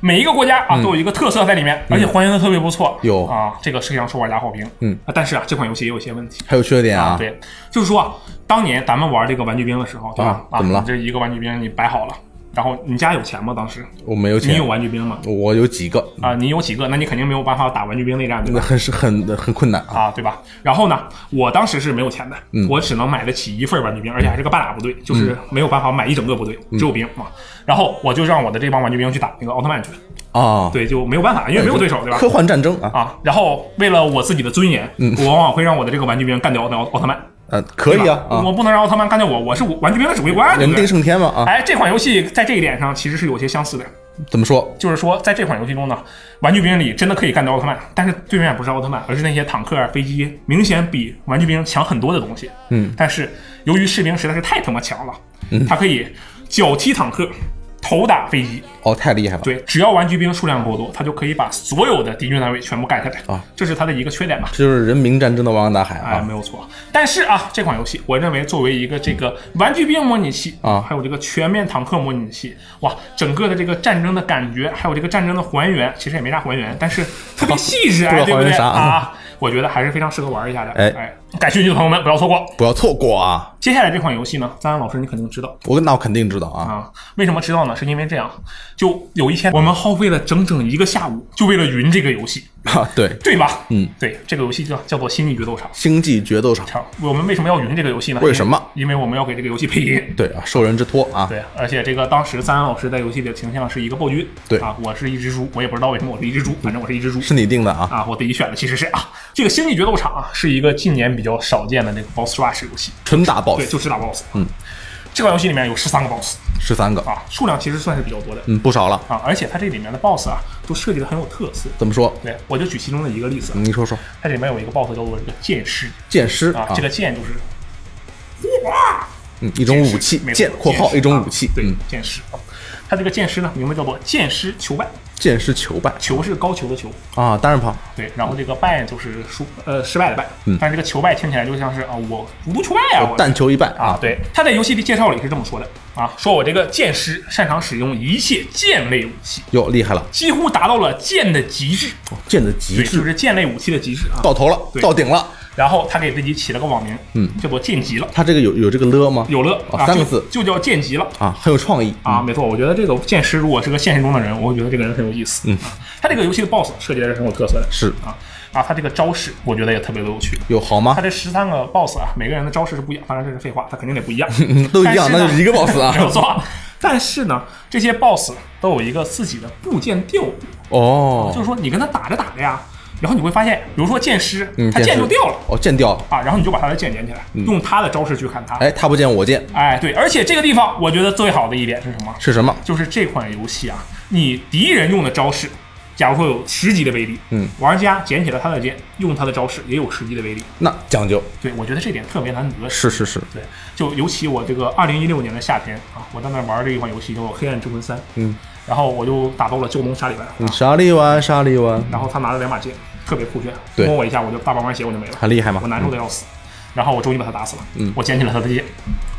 Speaker 1: 每一个国家啊、都有一个特色在里面，而且还原的特别不错。
Speaker 2: 嗯有
Speaker 1: 啊，这个是非常受玩家好评。
Speaker 2: 嗯
Speaker 1: 啊，但是啊，这款游戏也有一些问题。
Speaker 2: 还有缺点啊，
Speaker 1: 对，就是说啊，当年咱们玩这个玩具兵的时候，对吧？
Speaker 2: 啊怎么了
Speaker 1: 你这一个玩具兵你摆好了，然后你家有钱吗？当时
Speaker 2: 我没有
Speaker 1: 你
Speaker 2: 钱
Speaker 1: 有，玩具兵吗？
Speaker 2: 我有几个，
Speaker 1: 啊，你有几个？那你肯定没有办法打玩具兵内战，对吧
Speaker 2: 那？很是很很困难啊，
Speaker 1: 啊，对吧？然后呢，我当时是没有钱的，
Speaker 2: 嗯
Speaker 1: 我只能买得起一份玩具兵，而且还是个半拉部队，就是没有办法买一整个部队，
Speaker 2: 嗯
Speaker 1: 只有兵啊。然后我就让我的这帮玩具兵去打那个奥特曼去，
Speaker 2: 啊，
Speaker 1: 对，就没有办法，因为没有对手，对吧
Speaker 2: 科？幻战争啊，
Speaker 1: 啊，然后为了我自己的尊严，我往往会让我的这个玩具兵干掉奥奥特曼，
Speaker 2: 呃，嗯可以
Speaker 1: 对
Speaker 2: 啊
Speaker 1: 吧
Speaker 2: 啊，
Speaker 1: 我不能让奥特曼干掉我，我是玩具兵的指挥官，对
Speaker 2: 人
Speaker 1: 不
Speaker 2: 定
Speaker 1: 对？
Speaker 2: 胜天嘛啊，
Speaker 1: 哎，这款游戏在这一点上其实是有些相似的，
Speaker 2: 怎么说？
Speaker 1: 就是说，在这款游戏中呢，玩具兵里真的可以干掉奥特曼，但是对面不是奥特曼，而是那些坦克、啊、飞机，明显比玩具兵强很多的东西。
Speaker 2: 嗯，
Speaker 1: 但是由于士兵实在是太他妈强了，他可以脚踢坦克，头打飞机，
Speaker 2: 哦，太厉害了，
Speaker 1: 对，只要玩具兵数量够多，他就可以把所有的敌军单位全部干下来
Speaker 2: 啊，
Speaker 1: 这是他的一个缺点吧。
Speaker 2: 这就是人民战争的汪洋大海
Speaker 1: 哎，
Speaker 2: 啊，
Speaker 1: 没有错。但是啊，这款游戏我认为作为一个这个玩具兵模拟器
Speaker 2: 啊
Speaker 1: 还有这个全面坦克模拟器，哇，整个的这个战争的感觉，还有这个战争的还原，其实也没啥还原，但是特别细致，哎，
Speaker 2: <laughs> 不知
Speaker 1: 对不
Speaker 2: 道还原
Speaker 1: 对
Speaker 2: 啥啊
Speaker 1: 啊？我觉得还是非常适合玩一下的。
Speaker 2: 哎
Speaker 1: 哎，感兴趣的朋友们不要错过。
Speaker 2: 不要错过啊！
Speaker 1: 接下来这款游戏呢，张安老师你肯定知道
Speaker 2: 我那我肯定知道啊，
Speaker 1: 啊？为什么知道呢？是因为这样，就有一天我们耗费了整整一个下午，就为了云这个游戏，
Speaker 2: 啊，对，
Speaker 1: 对吧？
Speaker 2: 嗯，
Speaker 1: 对，这个游戏叫叫做《星际决斗场》。
Speaker 2: 星际决斗场，
Speaker 1: 场我们为什么要云这个游戏呢？
Speaker 2: 为什么
Speaker 1: 因为？因为我们要给这个游戏配音。
Speaker 2: 对啊，受人之托啊，
Speaker 1: 对，而且这个当时三安老师在游戏里的形象是一个暴君，
Speaker 2: 对
Speaker 1: 啊，我是一只猪，我也不知道为什么我是一只猪，反正我是一只猪
Speaker 2: 是你定的啊，
Speaker 1: 啊，我自己选的其实是啊，这个《星际决斗场》啊是一个近年比较少见的那个 boss rush 游戏，
Speaker 2: 纯打
Speaker 1: 对，就
Speaker 2: BOSS
Speaker 1: 是打 boss。嗯，这款游戏里面有十三个 boss
Speaker 2: 十三个，
Speaker 1: 啊，数量其实算是比较多的
Speaker 2: 嗯，不少了。
Speaker 1: 啊，而且它这里面的 boss 啊都设计的很有特色。
Speaker 2: 怎么说？
Speaker 1: 对，我就举其中的一个例子啊，
Speaker 2: 你说说，
Speaker 1: 它
Speaker 2: 啊
Speaker 1: 里面有一个 boss 啊叫做这个剑师
Speaker 2: 剑师
Speaker 1: 啊，这个剑就是
Speaker 2: 嗯，一种武器
Speaker 1: 没错
Speaker 2: 剑（括号
Speaker 1: 剑士
Speaker 2: 一种
Speaker 1: 啊
Speaker 2: 武器），
Speaker 1: 对
Speaker 2: 嗯，，
Speaker 1: 剑师。它这个剑师呢，名字叫做剑师球拜，
Speaker 2: 剑是球败
Speaker 1: 球是高俅的球，
Speaker 2: 啊，单人旁，
Speaker 1: 对，然后这个败就是输呃失败的败，
Speaker 2: 嗯
Speaker 1: 但是这个球败听起来就像是啊我无毒球败啊，我
Speaker 2: 但球一败
Speaker 1: 啊，对，他在游戏的介绍里是这么说的啊，说我这个剑师擅长使用一切剑类武器，
Speaker 2: 哟，厉害了，
Speaker 1: 几乎达到了剑的极致，
Speaker 2: 剑的极
Speaker 1: 对，就
Speaker 2: 致
Speaker 1: 是剑类武器的极致啊。
Speaker 2: 到头了，
Speaker 1: 对
Speaker 2: 到顶了。
Speaker 1: 然后他给自己起了个网名，嗯，叫做剑极了，
Speaker 2: 他这个有有这个了吗？
Speaker 1: 有了
Speaker 2: 哦
Speaker 1: 啊
Speaker 2: 三个
Speaker 1: 就
Speaker 2: 字
Speaker 1: 就叫剑极了。
Speaker 2: 啊，很有创意
Speaker 1: 啊，没错，我觉得这个剑师如果是个现实中的人，我会觉得这个人很有意思。嗯，他这个游戏的 BOSS 设计的是很有特色的，
Speaker 2: 是
Speaker 1: 啊啊，他这个招式我觉得也特别的有趣。
Speaker 2: 有好吗
Speaker 1: 他？这十三个 BOSS 啊，每个人的招式是不一样，当然这是废话，他肯定得不一样，
Speaker 2: 嗯， <laughs> 都一样，
Speaker 1: 但
Speaker 2: 那
Speaker 1: 呢
Speaker 2: 就是一个 boss
Speaker 1: <laughs> 没有
Speaker 2: 啊。
Speaker 1: 错。但是呢，这些 BOSS 都有一个自己的部件调度，就
Speaker 2: 哦，
Speaker 1: 是说你跟他打着打着呀，然后你会发现，比如说剑师
Speaker 2: 嗯，，
Speaker 1: 他剑就掉了
Speaker 2: 哦，剑掉了。
Speaker 1: 啊，然后你就把他的剑捡起来，用他的招式去砍他。
Speaker 2: 哎，他不见我见
Speaker 1: 哎，对，而且这个地方我觉得最好的一点是什么？
Speaker 2: 是什么？
Speaker 1: 就是这款游戏啊，你敌人用的招式，假如说有十级的威力，
Speaker 2: 嗯，
Speaker 1: 玩家捡起了他的剑，用他的招式也有十级的威力。
Speaker 2: 那讲究
Speaker 1: 对，我觉得这点特别难得。
Speaker 2: 是是是，
Speaker 1: 对，就尤其我这个二零一六年的夏天啊，我在那玩这一款游戏叫《黑暗之魂三》，
Speaker 2: 嗯，
Speaker 1: 然后我就打到了旧东沙里边，
Speaker 2: 嗯，沙利湾沙利湾，
Speaker 1: 然后他拿了两把剑，特别酷炫，
Speaker 2: 对
Speaker 1: 摸我一下我就大半碗血我就没了，
Speaker 2: 很厉害吗
Speaker 1: 我？难受的要死。然后我终于把他打死了，嗯，我捡起了他的剑，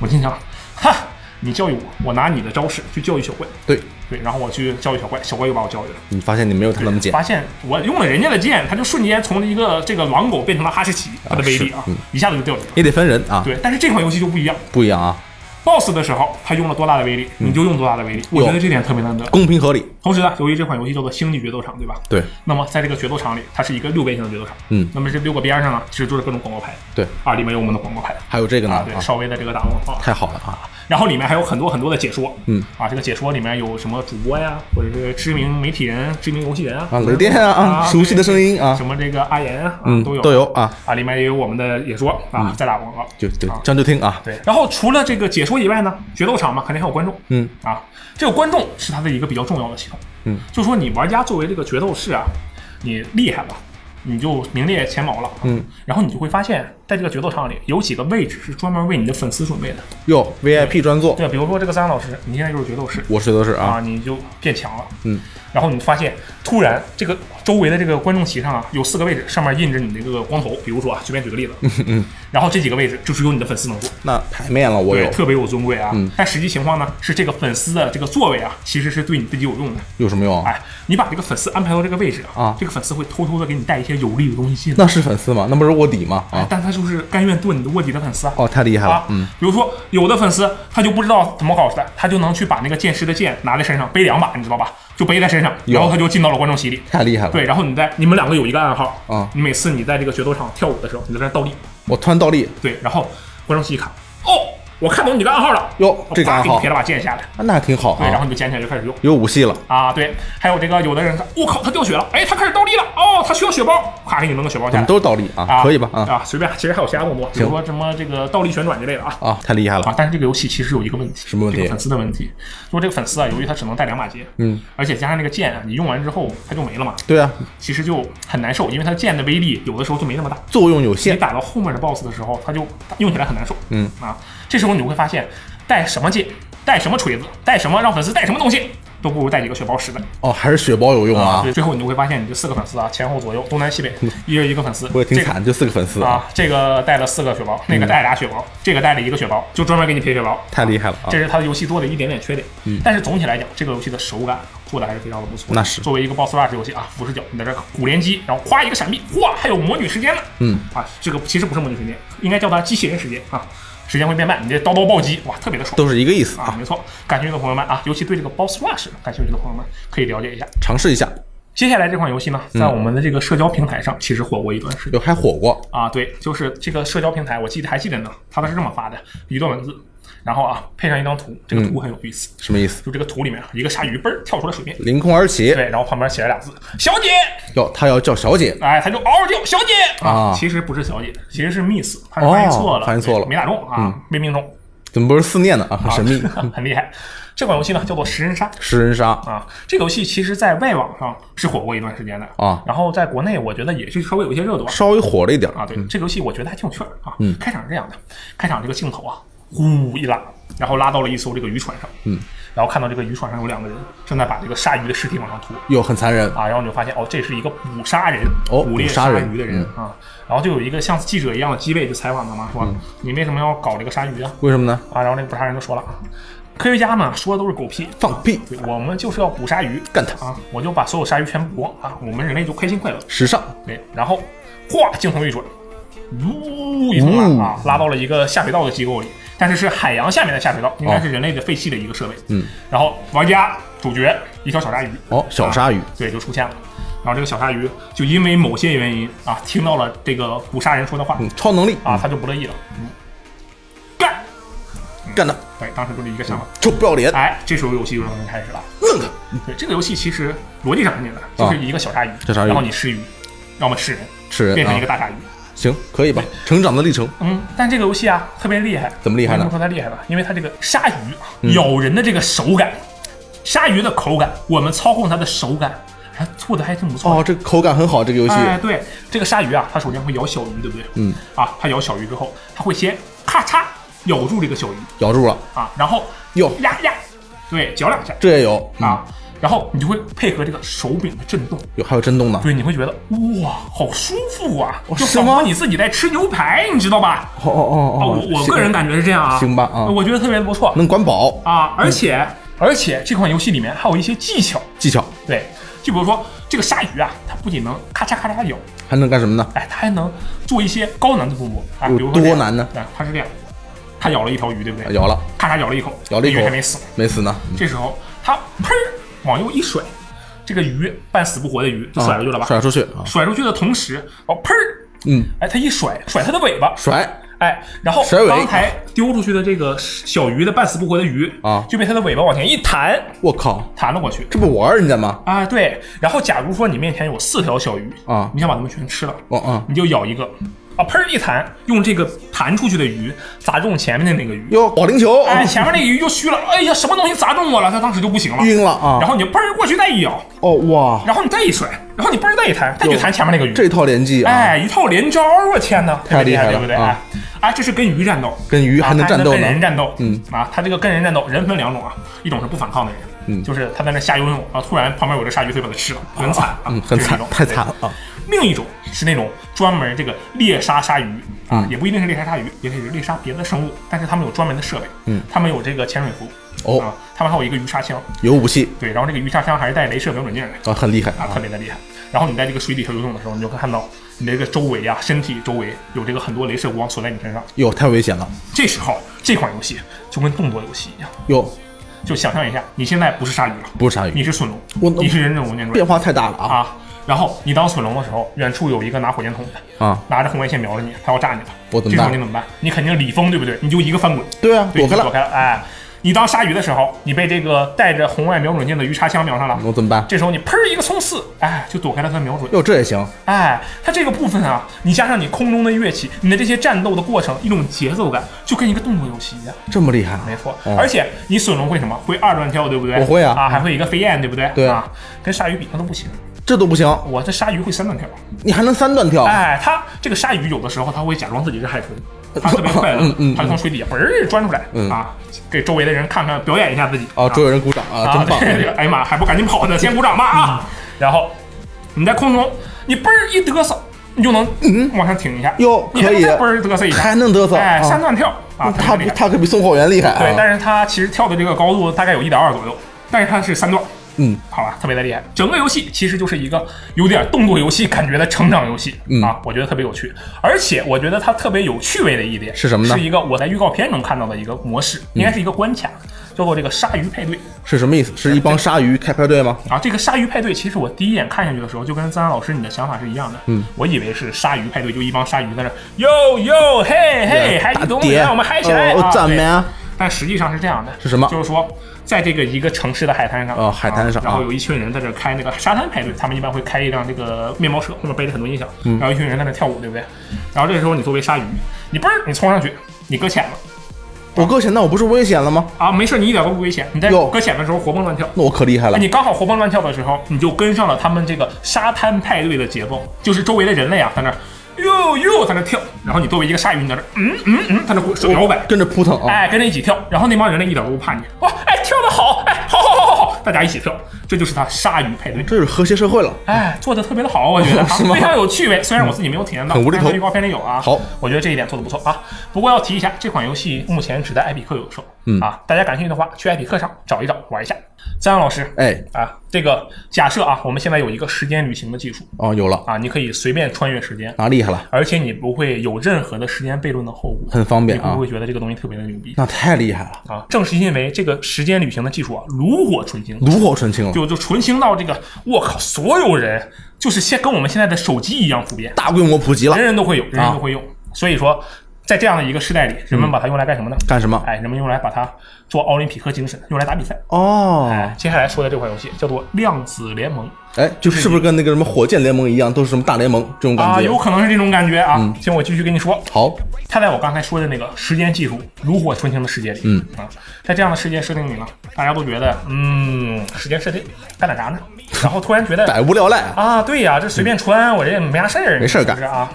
Speaker 1: 我心想，哈，你教育我，我拿你的招式去教育小怪，
Speaker 2: 对，
Speaker 1: 对，然后我去教育小怪，小怪又把我教育了。
Speaker 2: 你发现你没有他那么简
Speaker 1: 发现我用了人家的剑，他就瞬间从一个这个狼狗变成了哈士奇，他的威力啊，一下子就掉级了。
Speaker 2: 也得分人啊，
Speaker 1: 对，但是这款游戏就不一样
Speaker 2: 不一样啊，
Speaker 1: ，BOSS 的时候他用了多大的威力，你就用多大的威力，我觉得这点特别难得。
Speaker 2: 公平合理。
Speaker 1: 同时呢，由于这款游戏叫做星际决斗场，对吧？
Speaker 2: 对
Speaker 1: 那么在这个决斗场里，它是一个六边形的决斗场，
Speaker 2: 嗯
Speaker 1: 那么这六个边上呢，其实都是各种广告牌，
Speaker 2: 对，
Speaker 1: 啊，里面有我们的广告牌
Speaker 2: 还有这个呢
Speaker 1: 啊，对，
Speaker 2: 啊，
Speaker 1: 稍微的这个打广告，
Speaker 2: 太好了啊，
Speaker 1: 然后里面还有很多很多的解说，
Speaker 2: 嗯，
Speaker 1: 啊，这个解说里面有什么主播呀，或者是知名媒体人、知名游戏人啊，
Speaker 2: 啊，雷电啊，啊，熟悉的声音啊
Speaker 1: 什，么这个阿岩啊，
Speaker 2: 嗯，
Speaker 1: 都有
Speaker 2: 都有啊，
Speaker 1: 啊，里面也有我们的解说啊，在打广告。
Speaker 2: 就对
Speaker 1: 啊，
Speaker 2: 这样就听啊，
Speaker 1: 对，然后除了这个解说以外呢，决斗场嘛，肯定还有观众。
Speaker 2: 嗯
Speaker 1: 啊，这个观众是它的一个比较重要的系统。
Speaker 2: 嗯，
Speaker 1: 就说你玩家作为这个决斗士啊，你厉害了，你就名列前茅了。啊
Speaker 2: 嗯，
Speaker 1: 然后你就会发现，在这个决斗场里有几个位置是专门为你的粉丝准备的。
Speaker 2: 哟，VIP 专座，
Speaker 1: 对，比如说这个三老师，你现在就是决斗士，
Speaker 2: 我学的是啊，
Speaker 1: 啊，你就变强了。
Speaker 2: 嗯，
Speaker 1: 然后你发现突然这个周围的这个观众席上啊，有四个位置，上面印着你的这个光头，比如说啊，随便举个例子，嗯嗯，然后这几个位置就只有你的粉丝能坐，
Speaker 2: 那牌面了我
Speaker 1: 对，
Speaker 2: 有，
Speaker 1: 特别有尊贵啊。
Speaker 2: 嗯
Speaker 1: 但实际情况呢，是这个粉丝的这个座位啊，其实是对你自己有用的。
Speaker 2: 有什么用啊？
Speaker 1: 哎，你把这个粉丝安排到这个位置
Speaker 2: 啊
Speaker 1: 这个粉丝会偷偷的给你带一些有利的东西进来，
Speaker 2: 那是粉丝吗？那不是卧底吗？
Speaker 1: 哎
Speaker 2: 啊，，
Speaker 1: 但他就是甘愿做你的卧底的粉丝啊。
Speaker 2: 哦，太厉害
Speaker 1: 啊
Speaker 2: 了，，嗯，，
Speaker 1: 比如说有的粉丝他就不知道怎么搞出来，他就能去把那个剑师的剑拿在身上背两把，你知道吧？就背在身上，
Speaker 2: 有
Speaker 1: 然后他就进到了观众席里。
Speaker 2: 太厉害了，
Speaker 1: 对，，然后你在你们两个有一个暗号
Speaker 2: 啊
Speaker 1: 你每次你在这个决斗场跳舞的时候，你在这儿倒立，
Speaker 2: 我突然倒立，
Speaker 1: 对，然后观众席一看，哦，我看懂你这个暗号了，
Speaker 2: 哟，这个
Speaker 1: 啪
Speaker 2: 暗
Speaker 1: 给你
Speaker 2: 号
Speaker 1: 撇，了把剑下来，
Speaker 2: 那还挺好
Speaker 1: 对，然
Speaker 2: 啊，
Speaker 1: 后你就捡起来就开始用。
Speaker 2: 有武器了，
Speaker 1: 啊，对，还有这个，有的人看，我靠，他掉血了，哎，他开始倒立了，哦，他需要血包，咔给你弄个血包
Speaker 2: 我
Speaker 1: 下
Speaker 2: 们
Speaker 1: 来，
Speaker 2: 都是倒立啊，
Speaker 1: 啊，
Speaker 2: 可以吧？啊
Speaker 1: 啊，随便，其实还有其他动作，比如说什么这个倒立旋转之类的啊，
Speaker 2: 啊，太厉害了
Speaker 1: 啊，，但是这个游戏其实有一个问题，
Speaker 2: 什么问题
Speaker 1: 这个粉丝的问题，说这个粉丝啊，由于他只能带两把剑，
Speaker 2: 嗯，
Speaker 1: 而且加上那个剑啊，你用完之后它就没了嘛，
Speaker 2: 对啊，
Speaker 1: 其实就很难受，因为它剑的威力有的时候就没那么大。
Speaker 2: 作用有
Speaker 1: 你
Speaker 2: 限，
Speaker 1: 打到后面的 BOSS 的时候，它就用起来很难受，
Speaker 2: 嗯
Speaker 1: 啊，这时候你会发现，带什么剑，带什么锤子，带什么让粉丝带什么东西，都不如带几个血包实在
Speaker 2: 哦，还是血包有用啊嗯
Speaker 1: 对，，最后你就会发现，你这四个粉丝啊，前后左右东南西北，一人一个粉丝，
Speaker 2: 我也挺
Speaker 1: 这个
Speaker 2: 惨，就四个粉丝啊，
Speaker 1: 啊，这个带了四个血包，那个带俩血包，这个带了一个血包，就专门给你配血包，
Speaker 2: 太厉害了啊嗯
Speaker 1: 这，是它游戏做的一点点缺点。但是总体来讲，这个游戏的手感做的还是非常的不错。
Speaker 2: 那是
Speaker 1: 作为一个 boss rush 游戏啊，俯视角，你在这古连击，然后夸一个闪避，哇，还有魔女时间呢。
Speaker 2: 嗯，
Speaker 1: 啊，这个其实不是魔女时间，应该叫它机器人时间啊，时间会变慢，你这刀刀暴击，哇，特别的爽。
Speaker 2: 都是一个意思
Speaker 1: 啊，
Speaker 2: 啊，
Speaker 1: 没错，感兴趣的朋友们啊，尤其对这个 boss rush 感兴趣的朋友们，可以了解一下。
Speaker 2: 尝试一下，
Speaker 1: 接下来这款游戏呢，
Speaker 2: 嗯
Speaker 1: 在我们的这个社交平台上其实火过一段时间。
Speaker 2: 有还火过，
Speaker 1: 啊，对，就是这个社交平台，我记得还记得呢，它是这么发的一段文字，然后啊配上一张图，这个
Speaker 2: 嗯
Speaker 1: 图很有意思，
Speaker 2: 什么意思？
Speaker 1: 就这个图里面啊一个鲨鱼嘣儿跳出了水面，
Speaker 2: 凌空而起，
Speaker 1: 对，然后旁边写了俩字“小姐
Speaker 2: 哟，他要叫小姐”，，
Speaker 1: 哎，他就嗷嗷叫“小姐”
Speaker 2: 啊
Speaker 1: 其实不是小姐，其实是 miss，他是翻译错了，
Speaker 2: 哦翻译错了
Speaker 1: 对没打中啊，没命中，
Speaker 2: 怎么不是四念呢啊？很神秘，
Speaker 1: <laughs> 很厉害。这款游戏呢叫做食人鲨。
Speaker 2: 食人鲨，
Speaker 1: 啊，这个游戏其实，在外网上是火过一段时间的
Speaker 2: 啊
Speaker 1: 然后在国内，我觉得也是稍微有一些热度啊。
Speaker 2: 稍微火了一点儿嗯
Speaker 1: 啊，对，这个游戏我觉得还挺有趣儿啊。开场是这样的，开场这个镜头啊，呼一拉，然后拉到了一艘这个渔船上，
Speaker 2: 嗯，
Speaker 1: 然后看到这个渔船上有两个人正在把这个鲨鱼的尸体往上拖，
Speaker 2: 哟，很残忍，
Speaker 1: 啊，然后你就发现哦，这是一个捕杀人，
Speaker 2: 哦
Speaker 1: 捕猎
Speaker 2: 捕杀人嗯
Speaker 1: 鱼的人、啊，然后就有一个像记者一样的鸡肋就采访他嘛，说、你为什么要搞这个鲨鱼啊？
Speaker 2: 为什么呢？
Speaker 1: 啊，然后那个捕杀人就说了，啊，科学家们说的都是狗屁，
Speaker 2: 放屁，
Speaker 1: 对我们就是要捕鲨鱼，
Speaker 2: 干他！
Speaker 1: 啊，我就把所有鲨鱼全捕光啊，我们人类就开心快乐。
Speaker 2: 时尚，
Speaker 1: 对，哎然后哗，镜头一转，呜一通
Speaker 2: 嗯
Speaker 1: 拉啊，拉到了一个下水道的机构里，但是是海洋下面的下水道，应该是人类的废弃的一个设备。
Speaker 2: 哦嗯，
Speaker 1: 然后玩家主角一条小鲨鱼，啊
Speaker 2: 哦，小鲨鱼，
Speaker 1: 对，就出现了。然后这个小鲨鱼就因为某些原因啊，听到了这个捕鲨人说的话
Speaker 2: 嗯，超能力
Speaker 1: 啊，，他就不乐意了，嗯干！
Speaker 2: 嗯干他，
Speaker 1: 对，当时就这一个想法。
Speaker 2: 臭不要脸，
Speaker 1: 哎，这时候游戏就正式开始了。
Speaker 2: 弄他！
Speaker 1: 对，这个游戏其实逻辑上很简单，就是一个小鲨鱼，
Speaker 2: 啊小鲨鱼
Speaker 1: 然后你吃鱼，要么吃人，
Speaker 2: 吃人
Speaker 1: 变成
Speaker 2: 啊
Speaker 1: 一个，大鲨鱼。
Speaker 2: 行，可以吧？成长的历程，
Speaker 1: 嗯，但这个游戏啊特别厉害，
Speaker 2: 怎么厉害呢嗯
Speaker 1: 为什么说它厉害呢？因为它这个鲨鱼咬人的这个手感，鲨鱼的口感，我们操控它的手感，还做的还挺不错的。
Speaker 2: 哦，这个口感很好，这个游戏，
Speaker 1: 哎，对，这个鲨鱼啊，它首先会咬小鱼，对不对？
Speaker 2: 嗯，
Speaker 1: 啊，它咬小鱼之后，它会先咔嚓咬住这个小鱼
Speaker 2: 咬住了，
Speaker 1: 啊，然后
Speaker 2: 哟，
Speaker 1: 呀呀，对，嚼两下
Speaker 2: 这也有嗯
Speaker 1: 啊，，然后你就会配合这个手柄的震动，
Speaker 2: 有还有震动呢，
Speaker 1: 对，你会觉得哇，好舒服啊，
Speaker 2: 哦
Speaker 1: 就是仿佛
Speaker 2: 吗
Speaker 1: 你自己在吃牛排，你知道吧？
Speaker 2: 哦哦
Speaker 1: 啊，
Speaker 2: 哦
Speaker 1: 我
Speaker 2: 哦，
Speaker 1: 我
Speaker 2: 行
Speaker 1: 个人感觉是这样啊，
Speaker 2: 行吧啊嗯
Speaker 1: 我觉得特别不错
Speaker 2: 能管饱，
Speaker 1: 啊，而且而且这款游戏里面还有一些技巧，
Speaker 2: 技巧
Speaker 1: 对，就比如说这个鲨鱼啊，它不仅能咔嚓咔嚓咬，
Speaker 2: 还能干什么呢？
Speaker 1: 哎，它还能做一些高难度动作啊，比
Speaker 2: 有
Speaker 1: 如说
Speaker 2: 多
Speaker 1: 这样
Speaker 2: 难呢？哎
Speaker 1: 哎，它是这样，它咬了一条鱼，对不对？
Speaker 2: 咬了，
Speaker 1: 咔嚓咬了一口，
Speaker 2: 咬了一
Speaker 1: 鱼
Speaker 2: 口嗯
Speaker 1: 还没死，
Speaker 2: 没死呢，
Speaker 1: 这时候它砰往右一甩，这个鱼半死不活的鱼就甩出去了吧？
Speaker 2: 甩出去啊，
Speaker 1: 甩出去的同时，哦砰，
Speaker 2: 嗯，
Speaker 1: 哎，它一甩，甩它的尾巴，
Speaker 2: 甩，
Speaker 1: 哎，然后
Speaker 2: 甩尾
Speaker 1: 刚才丢出去的这个小鱼的半死不活的鱼
Speaker 2: 啊
Speaker 1: 就被它的尾巴往前一弹，
Speaker 2: 我靠，
Speaker 1: 弹了过去。
Speaker 2: 这不玩人家吗？
Speaker 1: 啊，对。然后假如说你面前有四条小鱼
Speaker 2: 啊
Speaker 1: 你想把它们全吃了，
Speaker 2: 哦啊，
Speaker 1: 你就咬一个，啊，砰儿一弹，用这个弹出去的鱼砸中前面的那个鱼，
Speaker 2: 哟，保龄球，哦
Speaker 1: 哎，前面那个鱼就虚了，哎呀，什么东西砸中我了？它当时就不行了。
Speaker 2: 晕了啊
Speaker 1: 然，后你就砰儿过去再一咬，
Speaker 2: 哦哇，
Speaker 1: 然后你哎再一甩，然后你嘣儿再一弹，再去
Speaker 2: 哟
Speaker 1: 弹前面那个鱼。
Speaker 2: 这套连技啊，
Speaker 1: 哎，一套连招儿，我天哪，
Speaker 2: 太
Speaker 1: 特别
Speaker 2: 厉
Speaker 1: 厉
Speaker 2: 害了
Speaker 1: 对不对？哎
Speaker 2: 啊，
Speaker 1: 哎，这是跟鱼战斗，
Speaker 2: 跟鱼还能战
Speaker 1: 啊它还能
Speaker 2: 斗
Speaker 1: 跟人
Speaker 2: 呢，
Speaker 1: 战斗，
Speaker 2: 嗯
Speaker 1: 啊，他这个跟人战斗，人分两种啊，一种是不反抗的人，
Speaker 2: 嗯
Speaker 1: 就是他在那瞎游泳啊，突然旁边有只鲨鱼，他就把它吃了，很惨啊，
Speaker 2: 嗯，
Speaker 1: 这
Speaker 2: 很
Speaker 1: 是一
Speaker 2: 惨
Speaker 1: 种，
Speaker 2: 太惨。了
Speaker 1: 对
Speaker 2: 啊，
Speaker 1: 另一种是那种专门这个猎杀鲨鱼啊
Speaker 2: 嗯，
Speaker 1: 也不一定是猎杀鲨鱼，也可以是猎杀别的生物，但是他们有专门的设备，
Speaker 2: 嗯，
Speaker 1: 他们有这个潜水服，
Speaker 2: 哦
Speaker 1: 啊，，他们还有一个鱼叉枪，
Speaker 2: 有武器
Speaker 1: 对，然后这个鱼叉枪还是带镭射瞄准镜的。
Speaker 2: 啊，很厉害
Speaker 1: 啊，
Speaker 2: 啊
Speaker 1: 特，别的厉害。然后你在这个水底下游泳的时候，你就会看到你这个周围啊，身体周围有这个很多镭射光锁在你身上。
Speaker 2: 哟，太危险了，
Speaker 1: 这时候，这款游戏就跟动作游戏一样，
Speaker 2: 哟，
Speaker 1: 就想象一下，你现在不是鲨鱼了，
Speaker 2: 不是鲨
Speaker 1: 你
Speaker 2: 鱼，
Speaker 1: 是隼龙，
Speaker 2: 我能
Speaker 1: 你是忍者龙剑传
Speaker 2: 变化太大了啊
Speaker 1: 啊。然后你当隼龙的时候，远处有一个拿火箭筒的，
Speaker 2: 啊，
Speaker 1: 拿着红外线瞄着你，他要炸你了。
Speaker 2: 我怎
Speaker 1: 这时
Speaker 2: 么
Speaker 1: 候
Speaker 2: 办
Speaker 1: 你？怎么办？你肯定李峰对不对？你就一个翻滚，
Speaker 2: 对啊，
Speaker 1: 对
Speaker 2: 躲
Speaker 1: 你就
Speaker 2: 开
Speaker 1: 躲
Speaker 2: 了，
Speaker 1: 开了。哎，你当鲨鱼的时候，你被这个带着红外瞄准镜的鱼叉枪瞄上了。
Speaker 2: 我怎么办？
Speaker 1: 这时候你砰一个冲刺，哎，就躲开了它的瞄准。
Speaker 2: 哟，这也行，
Speaker 1: 哎，它这个部分啊，你加上你空中的乐器，你的这些战斗的过程，一种节奏感，就跟一个动作游戏一样，
Speaker 2: 这么厉害啊，
Speaker 1: 没错。
Speaker 2: 哦
Speaker 1: 而且你隼龙会什么？会二段跳，对不对？
Speaker 2: 我会啊
Speaker 1: 啊，还会一个飞燕，对不对？
Speaker 2: 对
Speaker 1: 啊，跟鲨鱼比它都不行，
Speaker 2: 这都不行，
Speaker 1: 我这鲨鱼会三段跳。
Speaker 2: 你还能三段跳，啊
Speaker 1: 哎，它这个鲨鱼有的时候它会假装自己是海豚。它特别快乐
Speaker 2: 嗯，嗯
Speaker 1: 它就从水底下嘣儿钻出来、
Speaker 2: 嗯
Speaker 1: 啊，给周围的人看看，表演一下自己
Speaker 2: 啊，周围人鼓掌啊，
Speaker 1: 啊，
Speaker 2: 真棒，
Speaker 1: 对对对哎呀妈，还不赶紧跑呢，先鼓掌吧啊！然后你在空中，你嘣儿一嘚瑟，你就能嗯往上挺一下，
Speaker 2: 哟
Speaker 1: 你还
Speaker 2: 可
Speaker 1: 能
Speaker 2: 以
Speaker 1: 再嘣儿嘚瑟一下，
Speaker 2: <laughs> 还能嘚瑟
Speaker 1: 哎，
Speaker 2: 啊
Speaker 1: 三段跳啊，特
Speaker 2: 他
Speaker 1: 别厉害
Speaker 2: 不他可比送货员厉害啊，
Speaker 1: 对，但是它其实跳的这个高度大概有一点二左右，但是它是三段。
Speaker 2: 嗯，
Speaker 1: 好吧，特别的厉害。整个游戏其实就是一个有点动作游戏感觉的成长游戏、
Speaker 2: 嗯
Speaker 1: 啊，我觉得特别有趣。而且我觉得它特别有趣味的一点
Speaker 2: 是什么呢
Speaker 1: 是一个我在预告片中看到的一个模式，应该是一个关卡，叫做这个鲨鱼配对。
Speaker 2: 是什么意思？是一帮鲨鱼开派对吗？
Speaker 1: 啊，这个鲨鱼派对，其实我第一眼看下去的时候，就跟赞安老师你的想法是一样的。嗯，我以为是鲨鱼派对，就一帮鲨鱼在那哟哟嘿嘿，嗨，你懂我，
Speaker 2: 碟
Speaker 1: 让我们嗨起来
Speaker 2: 哦
Speaker 1: 啊！
Speaker 2: 赞美
Speaker 1: 对
Speaker 2: 啊
Speaker 1: 但实际上是这样的，
Speaker 2: 是什么
Speaker 1: 就是说，在这个一个城市的海滩上，
Speaker 2: 哦海滩上
Speaker 1: 然后
Speaker 2: 啊
Speaker 1: 有一群人在这开那个沙滩派对，他们一般会开一辆这个面包车，后面背着很多音响，
Speaker 2: 嗯
Speaker 1: 然后一群人在那跳舞，对不对？然后这时候你作为鲨鱼，你嘣儿你冲上去，你搁浅了
Speaker 2: 我搁浅，那我不是危险了吗？
Speaker 1: 啊，没事，你一点都不危险，你在
Speaker 2: 哟
Speaker 1: 搁浅的时候活蹦乱跳。
Speaker 2: 那我可厉害了
Speaker 1: 哎，你刚好活蹦乱跳的时候，你就跟上了他们这个沙滩派对的节奏，就是周围的人类啊，在那儿呦呦在那跳，然后你作为一个鲨鱼，你在那嗯嗯嗯，在那手摇摆，
Speaker 2: 跟着扑腾啊，
Speaker 1: 哎，跟着一起跳，然后那帮人类一点都不怕你，哇，哎，跳的好，哎，好好好好好，大家一起跳，这就是他鲨鱼配对。
Speaker 2: 这就是和谐社会了。
Speaker 1: 哎，做的特别的好，我觉得、啊、
Speaker 2: <laughs> 是吗嗯
Speaker 1: 非常有趣味。虽然我自己没有体验到，
Speaker 2: 很无厘
Speaker 1: 但是
Speaker 2: 头
Speaker 1: 预告片里有啊。
Speaker 2: 好，
Speaker 1: 我觉得这一点做的不错啊。不过要提一下，这款游戏目前只在艾比克有售，嗯啊，大家感兴趣的话，去艾比克上找一找玩一下。赞阳老师，
Speaker 2: 哎，
Speaker 1: 啊，这个假设啊，我们现在有一个时间旅行的技术
Speaker 2: 哦，有了，
Speaker 1: 啊，你可以随便穿越时间，
Speaker 2: 啊，厉害了，
Speaker 1: 而且你不会有任何的时间悖论的后果，
Speaker 2: 很方便
Speaker 1: 你会
Speaker 2: 啊
Speaker 1: 不，会觉得这个东西特别的牛逼
Speaker 2: 那太厉害了，
Speaker 1: 啊？正是因为这个时间旅行的技术啊，炉火纯青，
Speaker 2: 炉火纯青了，
Speaker 1: 就就纯青到这个，我靠，所有人就是现跟我们现在的手机一样普遍，
Speaker 2: 大规模普及了
Speaker 1: 人，人都会有，人人都会用。
Speaker 2: 啊
Speaker 1: 所以说，在这样的一个时代里，人们把它用来干什么呢？
Speaker 2: 嗯干什么？
Speaker 1: 哎，人们用来把它做奥林匹克精神，用来打比赛。
Speaker 2: 哦，
Speaker 1: 哎，接下来说的这款游戏叫做《量子联盟》
Speaker 2: 哎，就是不是跟那个什么火箭联盟一样，都是什么大联盟嗯这种
Speaker 1: 啊，
Speaker 2: 感
Speaker 1: 有
Speaker 2: 觉？
Speaker 1: 可能是这种感觉啊。听我继续跟你说，
Speaker 2: 好，
Speaker 1: 它在我刚才说的那个时间技术炉火纯青的世界里，嗯啊，在这样的世界设定里呢，大家都觉得，嗯，时间设定干点啥呢？然后突然
Speaker 2: <laughs>
Speaker 1: 觉得
Speaker 2: 百无聊赖啊，
Speaker 1: 啊，对呀、这随便穿，我这也没啥事儿，
Speaker 2: 没事儿干
Speaker 1: 是不是啊。